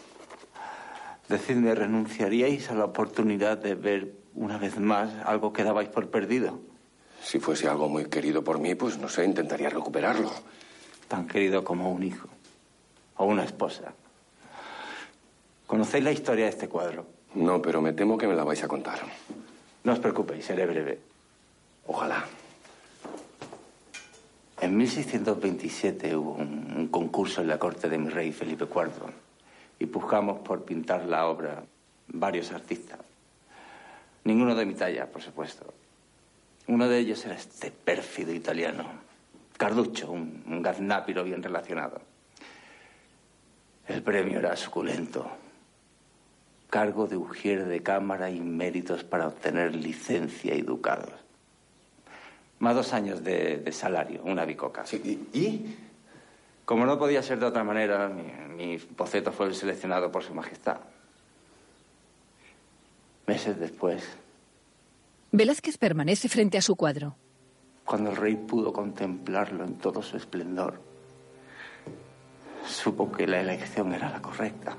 Speaker 11: Decidme, ¿renunciaríais a la oportunidad de ver una vez más algo que dabais por perdido?
Speaker 7: Si fuese algo muy querido por mí, pues no sé, intentaría recuperarlo.
Speaker 11: Tan querido como un hijo o una esposa. ¿Conocéis la historia de este cuadro?
Speaker 7: No, pero me temo que me la vais a contar.
Speaker 11: No os preocupéis, seré breve.
Speaker 7: Ojalá.
Speaker 11: En 1627 hubo un, un concurso en la corte de mi rey Felipe IV y pujamos por pintar la obra varios artistas. Ninguno de mi talla, por supuesto. Uno de ellos era este pérfido italiano, Carducho, un, un gaznápiro bien relacionado. El premio era suculento. Cargo de ujier de cámara y méritos para obtener licencia y ducados. Más dos años de, de salario, una bicoca.
Speaker 7: ¿Y?
Speaker 11: Como no podía ser de otra manera, mi, mi boceto fue el seleccionado por su majestad. Meses después,
Speaker 2: Velázquez permanece frente a su cuadro.
Speaker 11: cuando el rey pudo contemplarlo en todo su esplendor, supo que la elección era la correcta.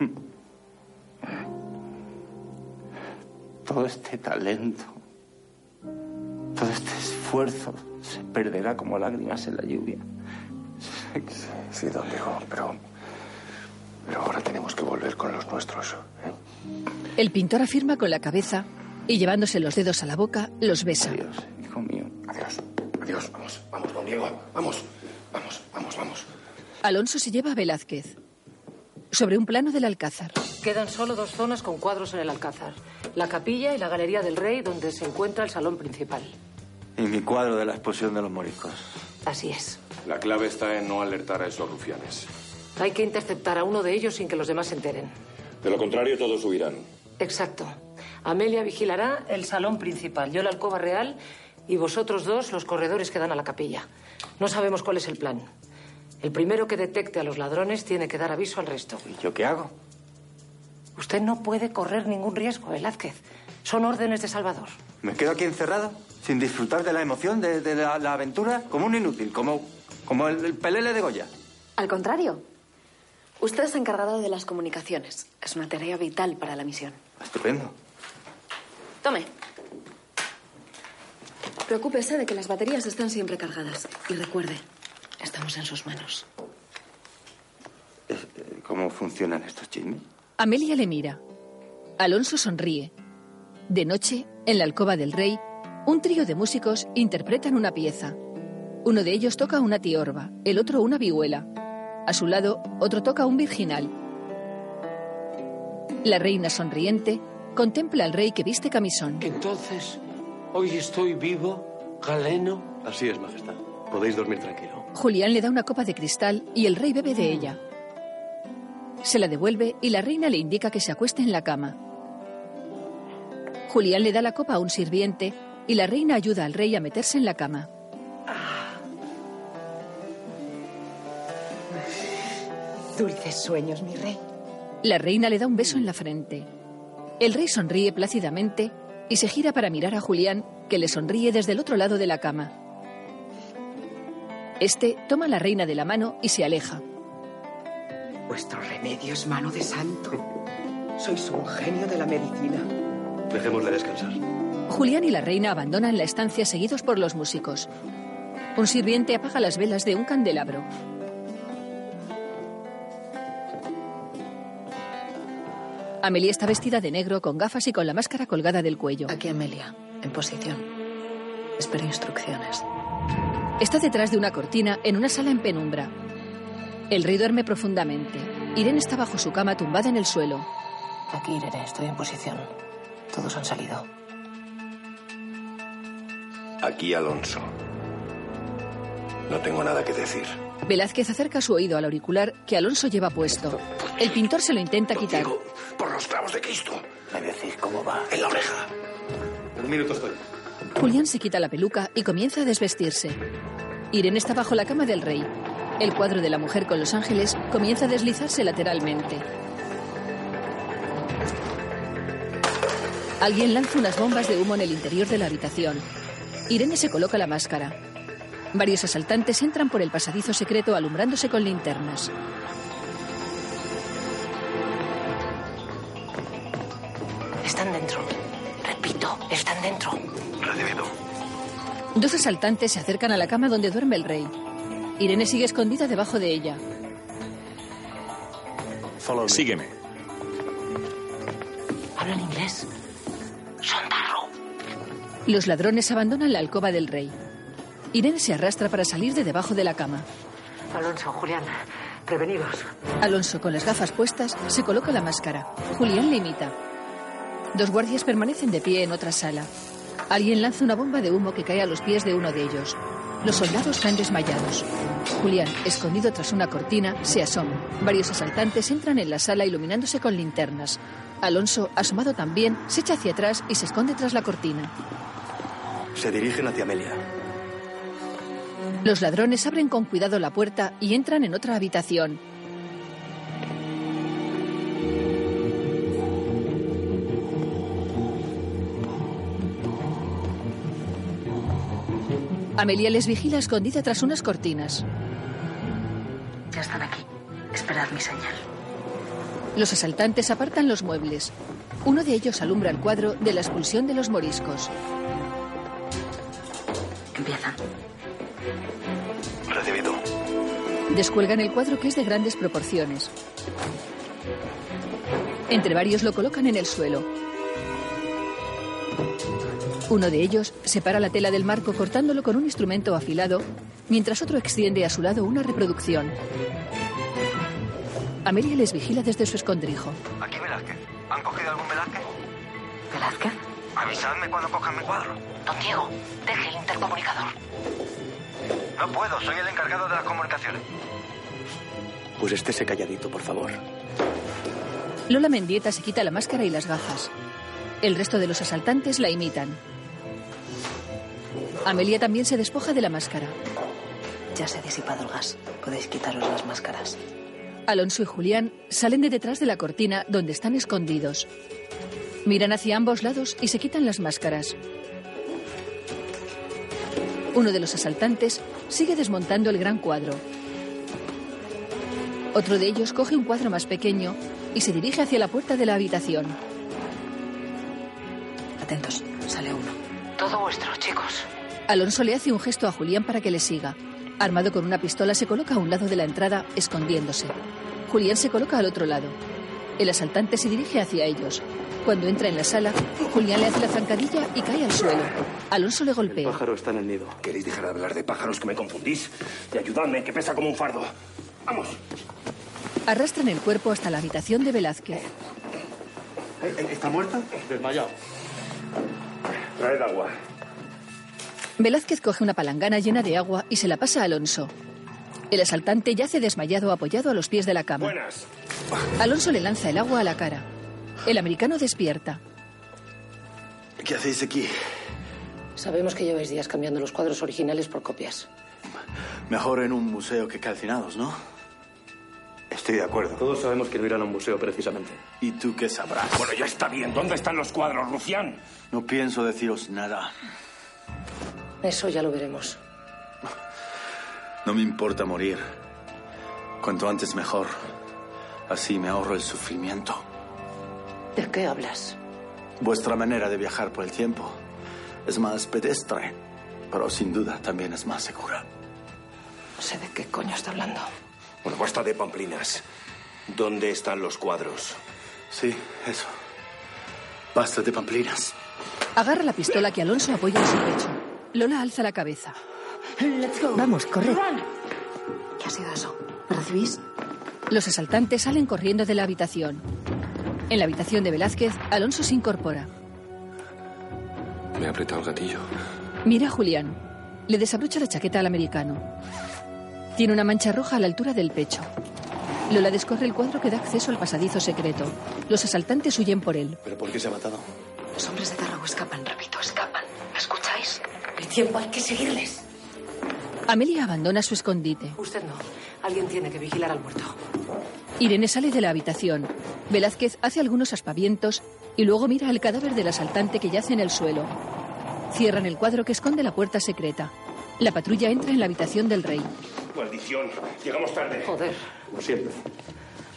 Speaker 11: Todo este talento, todo este esfuerzo se perderá como lágrimas en la lluvia.
Speaker 7: Sí, don Diego, pero. Pero ahora tenemos que volver con los nuestros. ¿eh?
Speaker 2: El pintor afirma con la cabeza y llevándose los dedos a la boca, los besa.
Speaker 11: hijo mío.
Speaker 7: Adiós. Adiós. Vamos, vamos, don Diego. Vamos. Vamos, vamos, vamos.
Speaker 2: Alonso se lleva a Velázquez. Sobre un plano del alcázar.
Speaker 9: Quedan solo dos zonas con cuadros en el Alcázar. La capilla y la Galería del Rey, donde se encuentra el salón principal.
Speaker 11: Y mi cuadro de la expulsión de los moriscos.
Speaker 9: Así es.
Speaker 7: La clave está en no alertar a esos rufianes.
Speaker 9: Hay que interceptar a uno de ellos sin que los demás se enteren.
Speaker 7: De lo contrario, todos huirán.
Speaker 9: Exacto. Amelia vigilará el salón principal, yo la alcoba real y vosotros dos los corredores que dan a la capilla. No sabemos cuál es el plan. El primero que detecte a los ladrones tiene que dar aviso al resto.
Speaker 11: ¿Y yo qué hago?
Speaker 9: Usted no puede correr ningún riesgo, Velázquez. Son órdenes de Salvador.
Speaker 11: ¿Me quedo aquí encerrado? ¿Sin disfrutar de la emoción, de, de la, la aventura? Como un inútil, como, como el, el pelele de Goya.
Speaker 8: Al contrario. Usted es encargado de las comunicaciones. Es una tarea vital para la misión.
Speaker 11: Estupendo.
Speaker 8: Tome. Preocúpese de que las baterías estén siempre cargadas. Y recuerde, estamos en sus manos.
Speaker 11: ¿Cómo funcionan estos chismes?
Speaker 2: Amelia le mira. Alonso sonríe. De noche, en la alcoba del rey, un trío de músicos interpretan una pieza. Uno de ellos toca una tiorba, el otro una vihuela. A su lado, otro toca un virginal. La reina sonriente contempla al rey que viste camisón.
Speaker 4: Entonces, hoy estoy vivo, galeno.
Speaker 6: Así es, Majestad. Podéis dormir tranquilo.
Speaker 2: Julián le da una copa de cristal y el rey bebe de ella. Se la devuelve y la reina le indica que se acueste en la cama. Julián le da la copa a un sirviente y la reina ayuda al rey a meterse en la cama.
Speaker 14: Dulces sueños, mi rey.
Speaker 2: La reina le da un beso en la frente. El rey sonríe plácidamente y se gira para mirar a Julián, que le sonríe desde el otro lado de la cama. Este toma a la reina de la mano y se aleja.
Speaker 14: Vuestro remedio es mano de santo. Sois un genio de la medicina.
Speaker 6: Dejémosle descansar.
Speaker 2: Julián y la reina abandonan la estancia seguidos por los músicos. Un sirviente apaga las velas de un candelabro. Amelia está vestida de negro, con gafas y con la máscara colgada del cuello.
Speaker 19: Aquí Amelia, en posición. Espero instrucciones.
Speaker 2: Está detrás de una cortina en una sala en penumbra. El rey duerme profundamente. Irene está bajo su cama tumbada en el suelo.
Speaker 19: Aquí, Irene, estoy en posición. Todos han salido.
Speaker 23: Aquí Alonso. No tengo nada que decir.
Speaker 2: Velázquez acerca su oído al auricular que Alonso lleva puesto. El pintor se lo intenta quitar.
Speaker 23: Por los clavos de Cristo.
Speaker 11: ¿Me decís cómo va?
Speaker 23: En la oreja.
Speaker 11: Un minuto estoy.
Speaker 2: Julián se quita la peluca y comienza a desvestirse. Irene está bajo la cama del rey. El cuadro de la mujer con los ángeles comienza a deslizarse lateralmente. Alguien lanza unas bombas de humo en el interior de la habitación. Irene se coloca la máscara. Varios asaltantes entran por el pasadizo secreto alumbrándose con linternas.
Speaker 14: Están dentro. Repito, están dentro.
Speaker 23: Recibido.
Speaker 2: Dos asaltantes se acercan a la cama donde duerme el rey. Irene sigue escondida debajo de ella.
Speaker 1: Sígueme.
Speaker 14: Hablan inglés. Son Darrow.
Speaker 2: Los ladrones abandonan la alcoba del rey. Irene se arrastra para salir de debajo de la cama.
Speaker 14: Alonso, Julián, prevenidos.
Speaker 2: Alonso, con las gafas puestas, se coloca la máscara. Julián le imita. Dos guardias permanecen de pie en otra sala. Alguien lanza una bomba de humo que cae a los pies de uno de ellos. Los soldados caen desmayados. Julián, escondido tras una cortina, se asoma. Varios asaltantes entran en la sala iluminándose con linternas. Alonso, asomado también, se echa hacia atrás y se esconde tras la cortina.
Speaker 11: Se dirigen hacia Amelia.
Speaker 2: Los ladrones abren con cuidado la puerta y entran en otra habitación. Amelia les vigila escondida tras unas cortinas.
Speaker 14: Ya están aquí. Esperad mi señal.
Speaker 2: Los asaltantes apartan los muebles. Uno de ellos alumbra el cuadro de la expulsión de los moriscos.
Speaker 14: Empiezan.
Speaker 23: Recibido.
Speaker 2: Descuelgan el cuadro que es de grandes proporciones. Entre varios lo colocan en el suelo. Uno de ellos separa la tela del marco cortándolo con un instrumento afilado, mientras otro extiende a su lado una reproducción. Amelia les vigila desde su escondrijo.
Speaker 23: Aquí Velázquez. ¿Han cogido algún Velázquez?
Speaker 14: ¿Velázquez?
Speaker 23: Avisadme cuando cojan mi cuadro.
Speaker 14: Don Diego, deje el intercomunicador.
Speaker 23: No puedo, soy el encargado de las comunicaciones.
Speaker 11: Pues estése calladito, por favor.
Speaker 2: Lola Mendieta se quita la máscara y las gafas. El resto de los asaltantes la imitan. Amelia también se despoja de la máscara.
Speaker 19: Ya se ha disipado el gas. Podéis quitaros las máscaras.
Speaker 2: Alonso y Julián salen de detrás de la cortina donde están escondidos. Miran hacia ambos lados y se quitan las máscaras. Uno de los asaltantes sigue desmontando el gran cuadro. Otro de ellos coge un cuadro más pequeño y se dirige hacia la puerta de la habitación.
Speaker 19: Atentos, sale uno.
Speaker 14: Todo vuestro, chicos.
Speaker 2: Alonso le hace un gesto a Julián para que le siga. Armado con una pistola, se coloca a un lado de la entrada, escondiéndose. Julián se coloca al otro lado. El asaltante se dirige hacia ellos. Cuando entra en la sala, Julián le hace la zancadilla y cae al suelo. Alonso le
Speaker 6: El
Speaker 2: golpea.
Speaker 6: pájaro está en el nido.
Speaker 23: ¿Queréis dejar de hablar de pájaros que me confundís? Y ayudadme, que pesa como un fardo. Vamos.
Speaker 2: Arrastran el cuerpo hasta la habitación de Velázquez.
Speaker 15: Eh,
Speaker 6: ¿Está muerta? Desmayado.
Speaker 23: Traed agua.
Speaker 2: Velázquez coge una palangana llena de agua y se la pasa a Alonso. El asaltante yace desmayado apoyado a los pies de la cama.
Speaker 23: Buenas.
Speaker 2: Alonso le lanza el agua a la cara. El americano despierta.
Speaker 6: ¿Qué hacéis aquí?
Speaker 9: Sabemos que lleváis días cambiando los cuadros originales por copias.
Speaker 6: Mejor en un museo que calcinados, ¿no? Estoy de acuerdo. Todos sabemos que no irán a un museo precisamente. ¿Y tú qué sabrás?
Speaker 23: Bueno, ya está bien. ¿Dónde están los cuadros, Rufián?
Speaker 6: No pienso deciros nada.
Speaker 9: Eso ya lo veremos.
Speaker 6: No me importa morir. Cuanto antes mejor. Así me ahorro el sufrimiento.
Speaker 9: ¿De qué hablas?
Speaker 6: Vuestra manera de viajar por el tiempo es más pedestre, pero sin duda también es más segura.
Speaker 9: No sé de qué coño está hablando.
Speaker 23: Bueno, basta de pamplinas. ¿Dónde están los cuadros?
Speaker 6: Sí, eso. Basta de pamplinas.
Speaker 2: Agarra la pistola que Alonso apoya en su pecho. Lola alza la cabeza. Vamos, corre. ¿Qué ha sido eso? ¿Me recibís? Los asaltantes salen corriendo de la habitación. En la habitación de Velázquez, Alonso se incorpora.
Speaker 7: Me ha apretado el gatillo.
Speaker 2: Mira a Julián. Le desabrocha la chaqueta al americano. Tiene una mancha roja a la altura del pecho. Lola descorre el cuadro que da acceso al pasadizo secreto. Los asaltantes huyen por él.
Speaker 6: ¿Pero por qué se ha matado?
Speaker 19: Los hombres de Tarrago escapan, repito, escapan. ¿Me escucháis?
Speaker 9: El tiempo hay que seguirles.
Speaker 2: Amelia abandona su escondite.
Speaker 9: Usted no. Alguien tiene que vigilar al muerto.
Speaker 2: Irene sale de la habitación. Velázquez hace algunos aspavientos y luego mira el cadáver del asaltante que yace en el suelo. Cierran el cuadro que esconde la puerta secreta. La patrulla entra en la habitación del rey.
Speaker 23: Maldición. Llegamos tarde.
Speaker 9: Joder.
Speaker 23: Como siempre.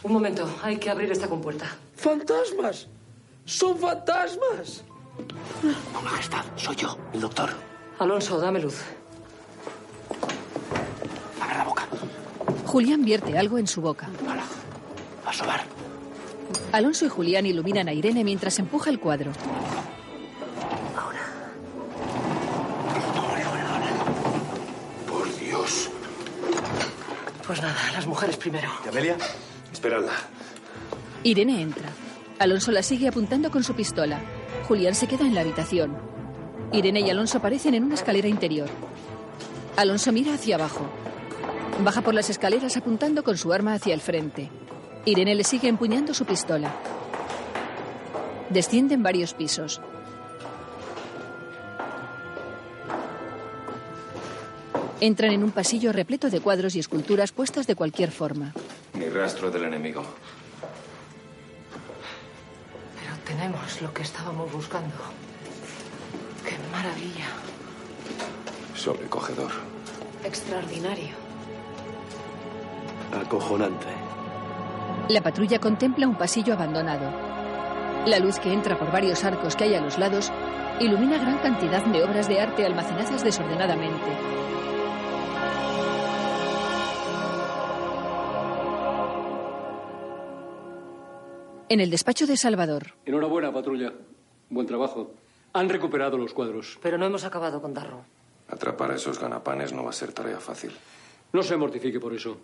Speaker 9: Un momento, hay que abrir esta compuerta.
Speaker 22: ¡Fantasmas! ¡Son fantasmas!
Speaker 9: Majestad, soy yo, el doctor. Alonso, dame luz.
Speaker 2: Julián vierte algo en su boca.
Speaker 23: A sobar.
Speaker 2: Alonso y Julián iluminan a Irene mientras empuja el cuadro.
Speaker 23: Por Dios.
Speaker 9: Pues nada, las mujeres primero.
Speaker 23: ¿Y Amelia? Esperadla.
Speaker 2: Irene entra. Alonso la sigue apuntando con su pistola. Julián se queda en la habitación. Irene y Alonso aparecen en una escalera interior. Alonso mira hacia abajo. Baja por las escaleras apuntando con su arma hacia el frente. Irene le sigue empuñando su pistola. Descienden varios pisos. Entran en un pasillo repleto de cuadros y esculturas puestas de cualquier forma.
Speaker 7: Ni rastro del enemigo.
Speaker 9: Pero tenemos lo que estábamos buscando. ¡Qué maravilla!
Speaker 7: Sobrecogedor.
Speaker 9: Extraordinario.
Speaker 6: Acojonante.
Speaker 2: La patrulla contempla un pasillo abandonado. La luz que entra por varios arcos que hay a los lados ilumina gran cantidad de obras de arte almacenadas desordenadamente. En el despacho de Salvador,
Speaker 12: Enhorabuena, patrulla. Buen trabajo. Han recuperado los cuadros.
Speaker 9: Pero no hemos acabado con Darro.
Speaker 7: Atrapar a esos ganapanes no va a ser tarea fácil.
Speaker 12: No se mortifique por eso.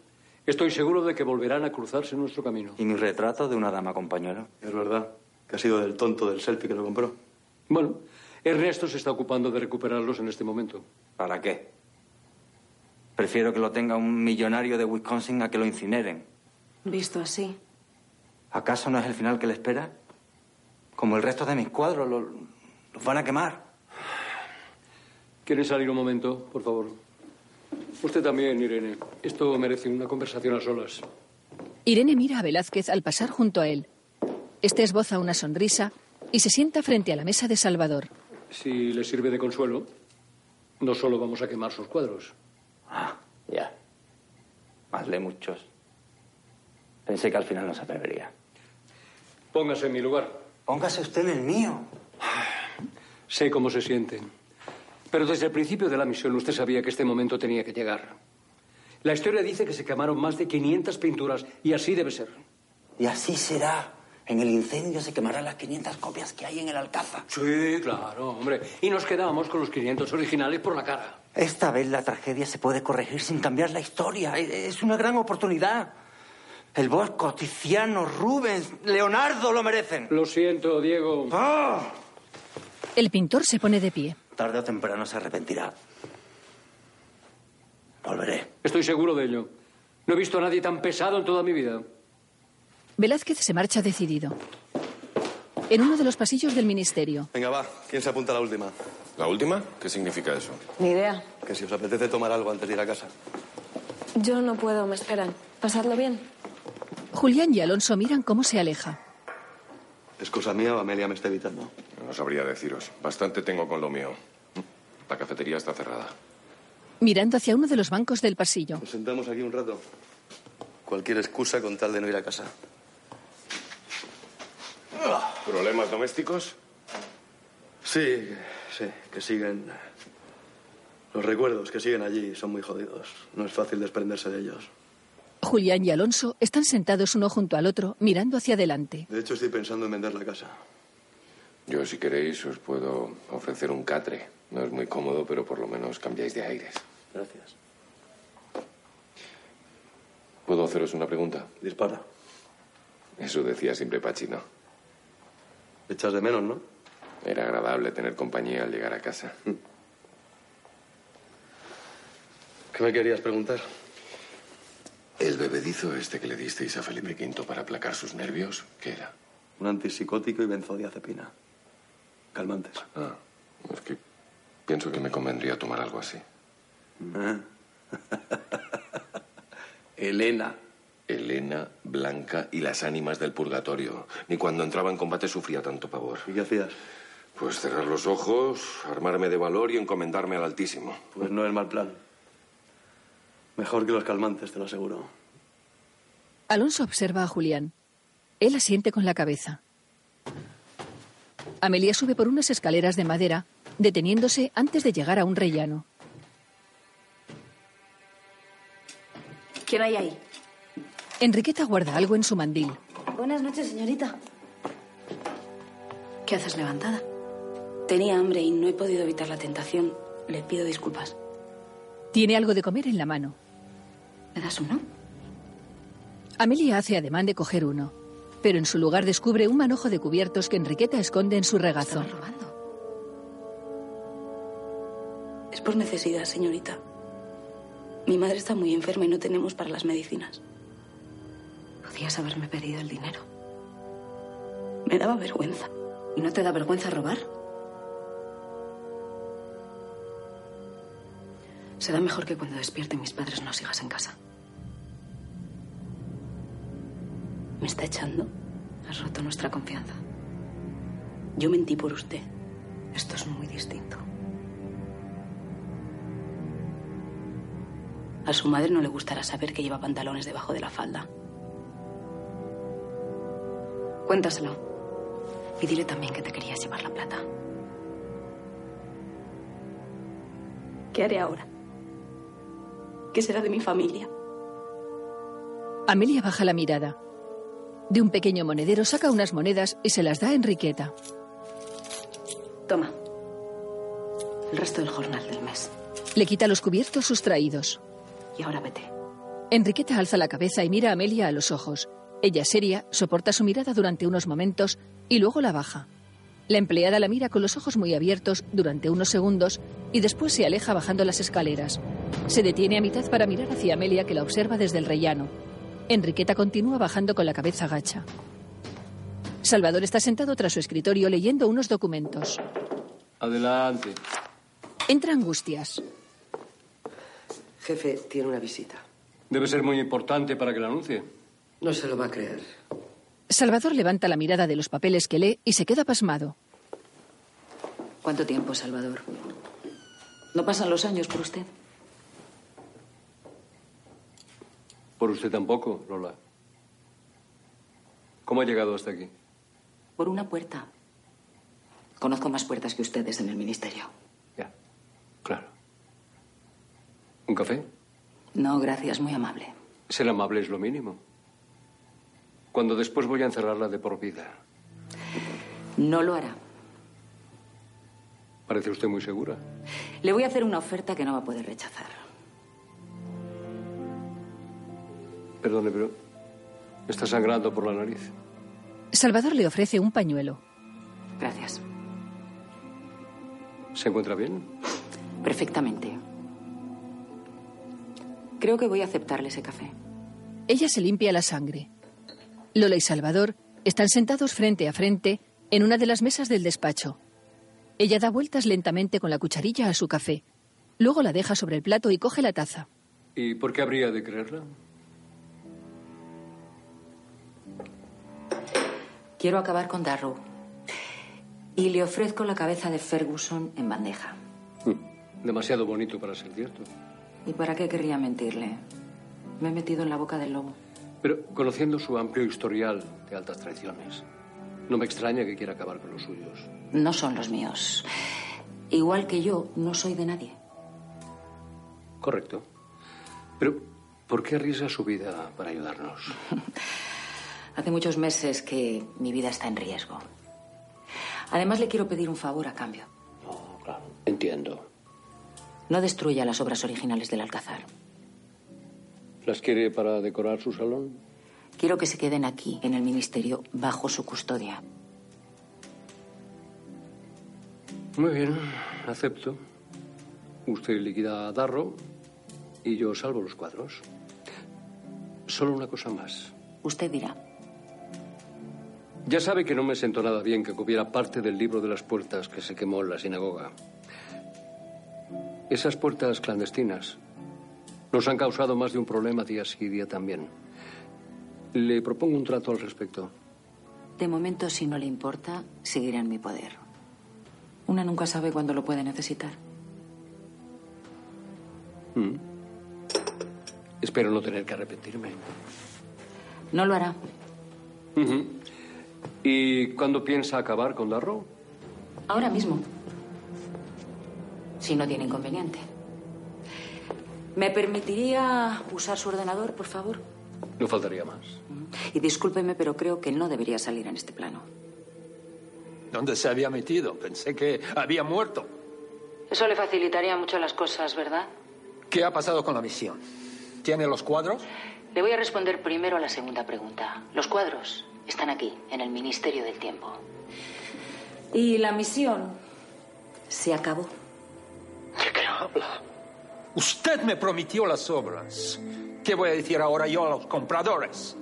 Speaker 12: Estoy seguro de que volverán a cruzarse en nuestro camino.
Speaker 11: ¿Y mi retrato de una dama, compañero?
Speaker 6: Es verdad. Que ha sido del tonto del selfie que lo compró.
Speaker 12: Bueno, Ernesto se está ocupando de recuperarlos en este momento.
Speaker 11: ¿Para qué? Prefiero que lo tenga un millonario de Wisconsin a que lo incineren.
Speaker 8: Visto así,
Speaker 11: ¿Acaso no es el final que le espera? Como el resto de mis cuadros, lo- los van a quemar.
Speaker 12: ¿Quiere salir un momento, por favor? Usted también, Irene. Esto merece una conversación a solas.
Speaker 2: Irene mira a Velázquez al pasar junto a él. Este esboza una sonrisa y se sienta frente a la mesa de Salvador.
Speaker 12: Si le sirve de consuelo, no solo vamos a quemar sus cuadros.
Speaker 11: Ya. Más le Ah, muchos. Pensé que al final no se atrevería.
Speaker 12: Póngase en mi lugar.
Speaker 11: Póngase usted en el mío.
Speaker 12: Sé cómo se siente. Pero desde el principio de la misión usted sabía que este momento tenía que llegar. La historia dice que se quemaron más de 500 pinturas y así debe ser.
Speaker 11: Y así será.
Speaker 20: En el incendio se quemarán las 500 copias que hay en el Alcázar.
Speaker 12: Sí, claro, hombre. Y nos quedamos con los 500 originales por la cara.
Speaker 20: Esta vez la tragedia se puede corregir sin cambiar la historia. E- Es una gran oportunidad. El Bosco, Tiziano, Rubens, Leonardo lo merecen. ¡Oh!
Speaker 12: Lo siento, Diego.
Speaker 2: El pintor se pone de pie.
Speaker 20: Tarde o temprano se arrepentirá. Volveré.
Speaker 12: Estoy seguro de ello. No he visto a nadie tan pesado en toda mi vida.
Speaker 2: Velázquez se marcha decidido. En uno de los pasillos del ministerio,
Speaker 6: Venga, va. ¿Quién se apunta a la última?
Speaker 7: ¿La última? ¿Qué significa eso?
Speaker 21: Ni idea.
Speaker 6: Que si os apetece tomar algo antes de ir a casa.
Speaker 21: Yo no puedo, me esperan. Pasadlo bien.
Speaker 2: Julián y Alonso miran cómo se aleja.
Speaker 6: Es cosa mía o Amelia me está evitando.
Speaker 7: No sabría deciros. Bastante tengo con lo mío. La cafetería está cerrada.
Speaker 2: Mirando hacia uno de los bancos del pasillo,
Speaker 6: Nos sentamos aquí un rato. Cualquier excusa con tal de no ir a casa.
Speaker 7: ¿Problemas domésticos?
Speaker 6: Sí, sí, que siguen. Los recuerdos que siguen allí son muy jodidos. No es fácil desprenderse de ellos.
Speaker 2: Julián y Alonso están sentados uno junto al otro, mirando hacia adelante.
Speaker 6: De hecho, estoy pensando en vender la casa.
Speaker 7: Yo, si queréis, os puedo ofrecer un catre. No es muy cómodo, pero por lo menos cambiáis de aires.
Speaker 6: Gracias.
Speaker 7: ¿Puedo haceros una pregunta?
Speaker 6: Dispara.
Speaker 7: Eso decía siempre Pachino.
Speaker 6: Echas de menos, ¿no?
Speaker 7: Era agradable tener compañía al llegar a casa.
Speaker 6: ¿Qué me querías preguntar?
Speaker 7: ¿El bebedizo este que le disteis a Felipe V para aplacar sus nervios? ¿Qué era?
Speaker 6: Un antipsicótico y benzodiazepina. Calmantes.
Speaker 7: Ah, es que pienso que me convendría tomar algo así.
Speaker 6: Elena.
Speaker 7: Elena, Blanca y las ánimas del purgatorio. Ni cuando entraba en combate sufría tanto pavor.
Speaker 6: ¿Y qué hacías?
Speaker 7: Pues cerrar los ojos, armarme de valor y encomendarme al Altísimo.
Speaker 6: Pues no es mal plan. Mejor que los calmantes, te lo aseguro.
Speaker 2: Alonso observa a Julián. Él asiente con la cabeza. Amelia sube por unas escaleras de madera, deteniéndose antes de llegar a un rellano.
Speaker 8: ¿Quién hay ahí?
Speaker 2: Enriqueta guarda algo en su mandil.
Speaker 8: Buenas noches, señorita. ¿Qué haces levantada? Tenía hambre y no he podido evitar la tentación. Le pido disculpas.
Speaker 2: Tiene algo de comer en la mano.
Speaker 8: ¿Me das uno?
Speaker 2: Amelia hace ademán de coger uno, pero en su lugar descubre un manojo de cubiertos que Enriqueta esconde en su regazo.
Speaker 8: Es por necesidad, señorita. Mi madre está muy enferma y no tenemos para las medicinas. Podías haberme pedido el dinero. Me daba vergüenza. ¿No te da vergüenza robar? Será mejor que cuando despierten mis padres no sigas en casa. ¿Me está echando? Has roto nuestra confianza. Yo mentí por usted. Esto es muy distinto. A su madre no le gustará saber que lleva pantalones debajo de la falda. Cuéntaselo. Y dile también que te querías llevar la plata. ¿Qué haré ahora? ¿Qué será de mi familia?
Speaker 2: Amelia baja la mirada. De un pequeño monedero saca unas monedas y se las da a Enriqueta.
Speaker 8: Toma. El resto del jornal del mes.
Speaker 2: Le quita los cubiertos sustraídos.
Speaker 8: Y ahora vete.
Speaker 2: Enriqueta alza la cabeza y mira a Amelia a los ojos. Ella, seria, soporta su mirada durante unos momentos y luego la baja. La empleada la mira con los ojos muy abiertos durante unos segundos y después se aleja bajando las escaleras. Se detiene a mitad para mirar hacia Amelia que la observa desde el rellano. Enriqueta continúa bajando con la cabeza gacha. Salvador está sentado tras su escritorio leyendo unos documentos.
Speaker 15: Adelante.
Speaker 2: Entra Angustias.
Speaker 15: Jefe, tiene una visita. Debe ser muy importante para que la anuncie. No se lo va a creer.
Speaker 2: Salvador levanta la mirada de los papeles que lee y se queda pasmado.
Speaker 5: ¿Cuánto tiempo, Salvador? No pasan los años por usted.
Speaker 15: Por usted tampoco, Lola. ¿Cómo ha llegado hasta aquí?
Speaker 5: Por una puerta. Conozco más puertas que ustedes en el ministerio.
Speaker 15: Claro. ¿Un café?
Speaker 5: No, gracias, muy amable.
Speaker 15: Ser amable es lo mínimo.
Speaker 12: Cuando después voy a encerrarla de por vida.
Speaker 5: No lo hará.
Speaker 12: Parece usted muy segura.
Speaker 5: Le voy a hacer una oferta que no va a poder rechazar.
Speaker 12: Perdone, pero está sangrando por la nariz.
Speaker 2: Salvador le ofrece un pañuelo.
Speaker 5: Gracias.
Speaker 12: ¿Se encuentra bien?
Speaker 5: Perfectamente. Creo que voy a aceptarle ese café.
Speaker 2: Ella se limpia la sangre. Lola y Salvador están sentados frente a frente en una de las mesas del despacho. Ella da vueltas lentamente con la cucharilla a su café. Luego la deja sobre el plato y coge la taza.
Speaker 12: ¿Y por qué habría de creerla?
Speaker 5: Quiero acabar con Darrow. Y le ofrezco la cabeza de Ferguson en bandeja.
Speaker 12: Demasiado bonito para ser cierto.
Speaker 5: ¿Y para qué querría mentirle? Me he metido en la boca del lobo.
Speaker 12: Pero conociendo su amplio historial de altas traiciones, no me extraña que quiera acabar con los suyos.
Speaker 5: No son los míos. Igual que yo, no soy de nadie.
Speaker 12: Correcto. Pero, ¿por qué arriesga su vida para ayudarnos?
Speaker 5: Hace muchos meses que mi vida está en riesgo. Además, le quiero pedir un favor a cambio.
Speaker 12: Entiendo.
Speaker 5: No destruya las obras originales del Alcázar.
Speaker 12: ¿Las quiere para decorar su salón?
Speaker 5: Quiero que se queden aquí, en el ministerio, bajo su custodia.
Speaker 12: Muy bien, acepto. Usted liquida a Darro y yo salvo los cuadros. Solo una cosa más.
Speaker 5: Usted dirá.
Speaker 12: Ya sabe que no me sentó nada bien que cupiera parte del libro de las puertas que se quemó en la sinagoga. Esas puertas clandestinas nos han causado más de un problema día sí y día también. Le propongo un trato al respecto.
Speaker 5: De momento, si no le importa, seguirá en mi poder. Una nunca sabe cuándo lo puede necesitar.
Speaker 12: Mm. Espero no tener que arrepentirme.
Speaker 5: No lo hará.
Speaker 12: Ujú. ¿Mm? ¿Y cuándo piensa acabar con Darrow?
Speaker 5: Ahora mismo. Si no tiene inconveniente. ¿Me permitiría usar su ordenador, por favor?
Speaker 12: No faltaría más.
Speaker 5: Y discúlpeme, pero creo que no debería salir en este plano.
Speaker 18: ¿Dónde se había metido? Pensé que había muerto.
Speaker 5: Eso le facilitaría mucho las cosas, ¿verdad?
Speaker 18: ¿Qué ha pasado con la misión? ¿Tiene los cuadros?
Speaker 5: Le voy a responder primero a la segunda pregunta. Los cuadros están aquí, en el Ministerio del Tiempo. Y la misión se acabó.
Speaker 18: ¿De qué habla? Usted me prometió las obras. ¿Qué voy a decir ahora yo a los compradores?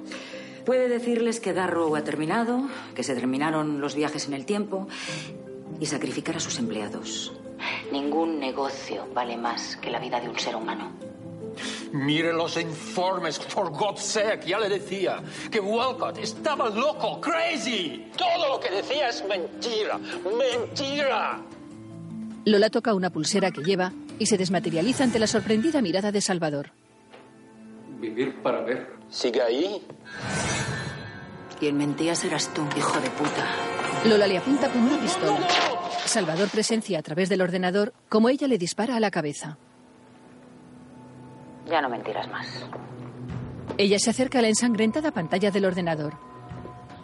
Speaker 5: Puede decirles que Darrow ha terminado, que se terminaron los viajes en el tiempo y sacrificar a sus empleados. Ningún negocio vale más que la vida de un ser humano.
Speaker 18: Mire los informes, for God's sake, ya le decía que Walcott estaba loco, crazy. Todo lo que decía es mentira, mentira.
Speaker 2: Lola toca una pulsera que lleva y se desmaterializa ante la sorprendida mirada de Salvador.
Speaker 12: Vivir para ver.
Speaker 18: ¿Sigue ahí?
Speaker 5: Quien mentía serás tú, hijo de puta.
Speaker 2: Lola le apunta con una pistola. Salvador presencia a través del ordenador como ella le dispara a la cabeza.
Speaker 5: Ya no mentirás más.
Speaker 2: Ella se acerca a la ensangrentada pantalla del ordenador.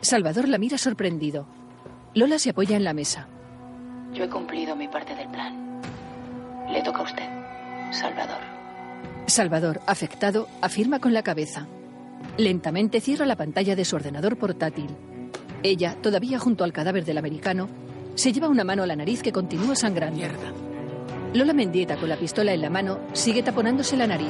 Speaker 2: Salvador la mira sorprendido. Lola se apoya en la mesa.
Speaker 5: Yo he cumplido mi parte del plan. Le toca a usted, Salvador.
Speaker 2: Salvador, afectado, afirma con la cabeza. Lentamente cierra la pantalla de su ordenador portátil. Ella, todavía junto al cadáver del americano, se lleva una mano a la nariz que continúa sangrando. Lola Mendieta, con la pistola en la mano, sigue taponándose la nariz.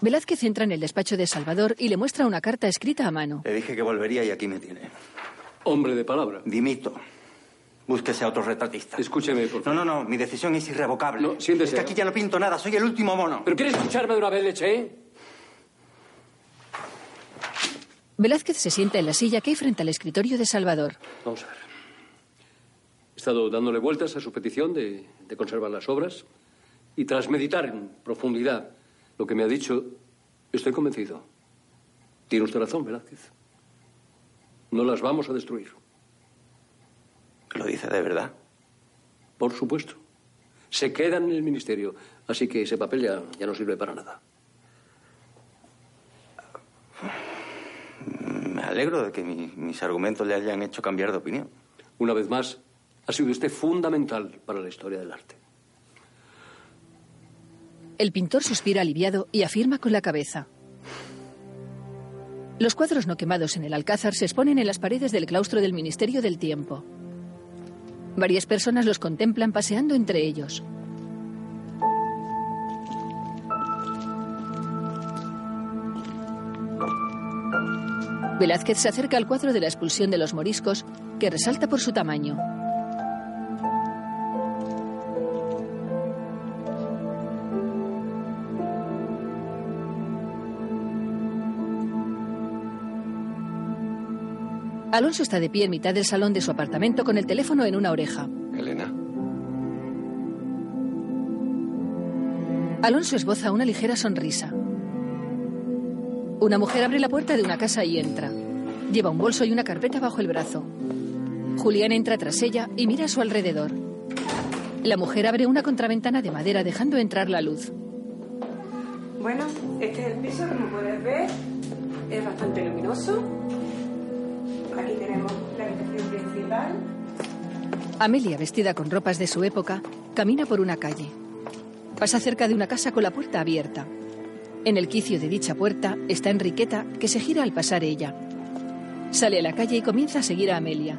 Speaker 2: Velázquez entra en el despacho de Salvador y le muestra una carta escrita a mano.
Speaker 11: Le dije que volvería y aquí me tiene.
Speaker 12: Hombre de palabra.
Speaker 11: Dimito. Búsquese a otro retratista.
Speaker 12: Escúcheme, por
Speaker 11: favor. No, no, no. Mi decisión es irrevocable.
Speaker 12: No, siéntese.
Speaker 11: Es que aquí ya no pinto nada. Soy el último mono.
Speaker 12: ¿Pero quiere escucharme de una vez, Leche?
Speaker 2: Velázquez se sienta en la silla que hay frente al escritorio de Salvador.
Speaker 12: Vamos a ver. He estado dándole vueltas a su petición de, de conservar las obras y tras meditar en profundidad lo que me ha dicho, estoy convencido. Tiene usted razón, Velázquez. No las vamos a destruir.
Speaker 11: ¿Lo dice de verdad?
Speaker 12: Por supuesto. Se quedan en el ministerio, así que ese papel ya, ya no sirve para nada.
Speaker 11: alegro de que mi- mis argumentos le hayan hecho cambiar de opinión.
Speaker 12: Una vez más, ha sido usted fundamental para la historia del arte.
Speaker 2: El pintor suspira aliviado y afirma con la cabeza. Los cuadros no quemados en el Alcázar se exponen en las paredes del claustro del Ministerio del Tiempo. Varias personas los contemplan paseando entre ellos. Velázquez se acerca al cuadro de la expulsión de los moriscos, que resalta por su tamaño. Alonso está de pie en mitad del salón de su apartamento con el teléfono en una oreja.
Speaker 7: Elena,
Speaker 2: Alonso esboza una ligera sonrisa. Una mujer abre la puerta de una casa y entra. Lleva un bolso y una carpeta bajo el brazo. Julián entra tras ella y mira a su alrededor. La mujer abre una contraventana de madera dejando entrar la luz.
Speaker 10: Bueno, este es el piso, como puedes ver. Es bastante luminoso. Aquí tenemos la habitación principal.
Speaker 2: Amelia, vestida con ropas de su época, camina por una calle. Pasa cerca de una casa con la puerta abierta. En el quicio de dicha puerta está Enriqueta, que se gira al pasar ella. Sale a la calle y comienza a seguir a Amelia.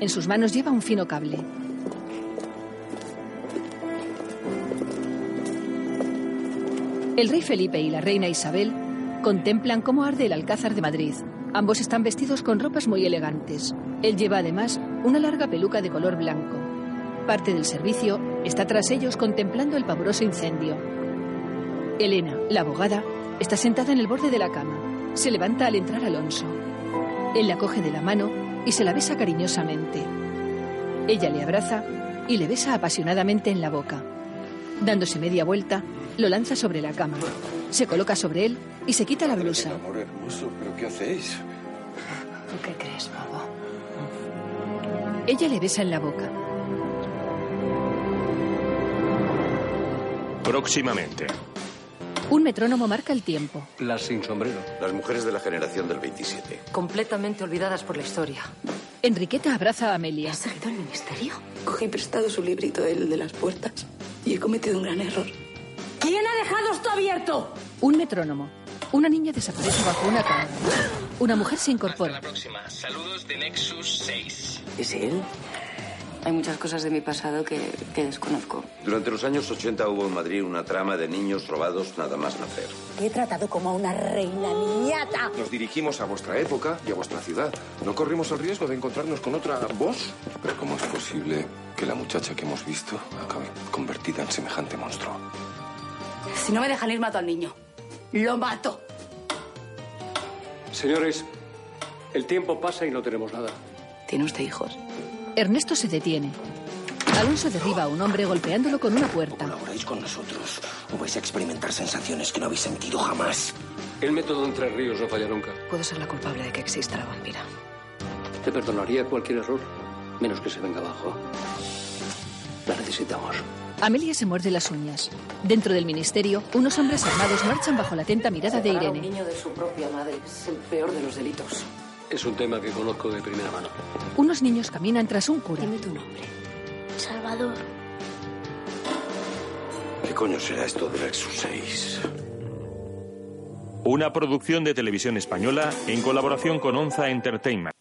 Speaker 2: En sus manos lleva un fino cable. El rey Felipe y la reina Isabel contemplan cómo arde el Alcázar de Madrid. Ambos están vestidos con ropas muy elegantes. Él lleva además una larga peluca de color blanco. Parte del servicio está tras ellos contemplando el pavoroso incendio. Elena, la abogada, está sentada en el borde de la cama. Se levanta al entrar Alonso. Él la coge de la mano y se la besa cariñosamente. Ella le abraza y le besa apasionadamente en la boca. Dándose media vuelta, lo lanza sobre la cama. Se coloca sobre él y se quita la blusa.
Speaker 7: amor hermoso, ¿pero qué hacéis?
Speaker 2: ¿Tú qué crees, bobo? Ella le besa en la boca.
Speaker 1: Próximamente.
Speaker 2: Un metrónomo marca el tiempo.
Speaker 12: Las sin sombrero.
Speaker 24: Las mujeres de la generación del 27.
Speaker 9: Completamente olvidadas por la historia.
Speaker 2: Enriqueta abraza a Amelia.
Speaker 9: ¿Has seguido el ministerio?
Speaker 28: Cogí prestado su librito, el de las puertas, y he cometido un gran error.
Speaker 2: ¿Quién ha dejado esto abierto? Un metrónomo. Una niña desaparece bajo una cama. Una mujer se incorpora.
Speaker 29: próxima. Saludos de Nexus 6.
Speaker 8: ¿Es él? Hay muchas cosas de mi pasado que, que desconozco.
Speaker 24: Durante los años 80 hubo en Madrid una trama de niños robados nada más nacer.
Speaker 30: Te he tratado como a una reina niñata.
Speaker 7: Nos dirigimos a vuestra época y a vuestra ciudad. ¿No corrimos el riesgo de encontrarnos con otra voz?
Speaker 24: Pero ¿cómo es posible que la muchacha que hemos visto acabe convertida en semejante monstruo?
Speaker 8: Si no me dejan ir, mato al niño. Lo mato.
Speaker 12: Señores, el tiempo pasa y no tenemos nada.
Speaker 8: ¿Tiene usted hijos?
Speaker 2: Ernesto se detiene. Alonso derriba a un hombre golpeándolo con una puerta.
Speaker 29: Colaboráis con nosotros o vais a experimentar sensaciones que no habéis em- sentido jamás.
Speaker 12: El método entre ríos no falla nunca.
Speaker 29: Puedo ser la culpable de que exista la vampira.
Speaker 12: Te perdonaría cualquier error, menos que se venga abajo. La necesitamos.
Speaker 2: Amelia se muerde las uñas. Dentro del ministerio, unos hombres armados marchan bajo la atenta mirada de
Speaker 9: Separar a un
Speaker 2: Irene.
Speaker 9: niño de su propia madre es el peor de los delitos.
Speaker 12: Es un tema que conozco de primera mano.
Speaker 2: Unos niños caminan tras un cura.
Speaker 30: Salvador.
Speaker 24: ¿Qué coño será esto de Nexus 6?
Speaker 1: Una producción de televisión española en colaboración con Onza Entertainment.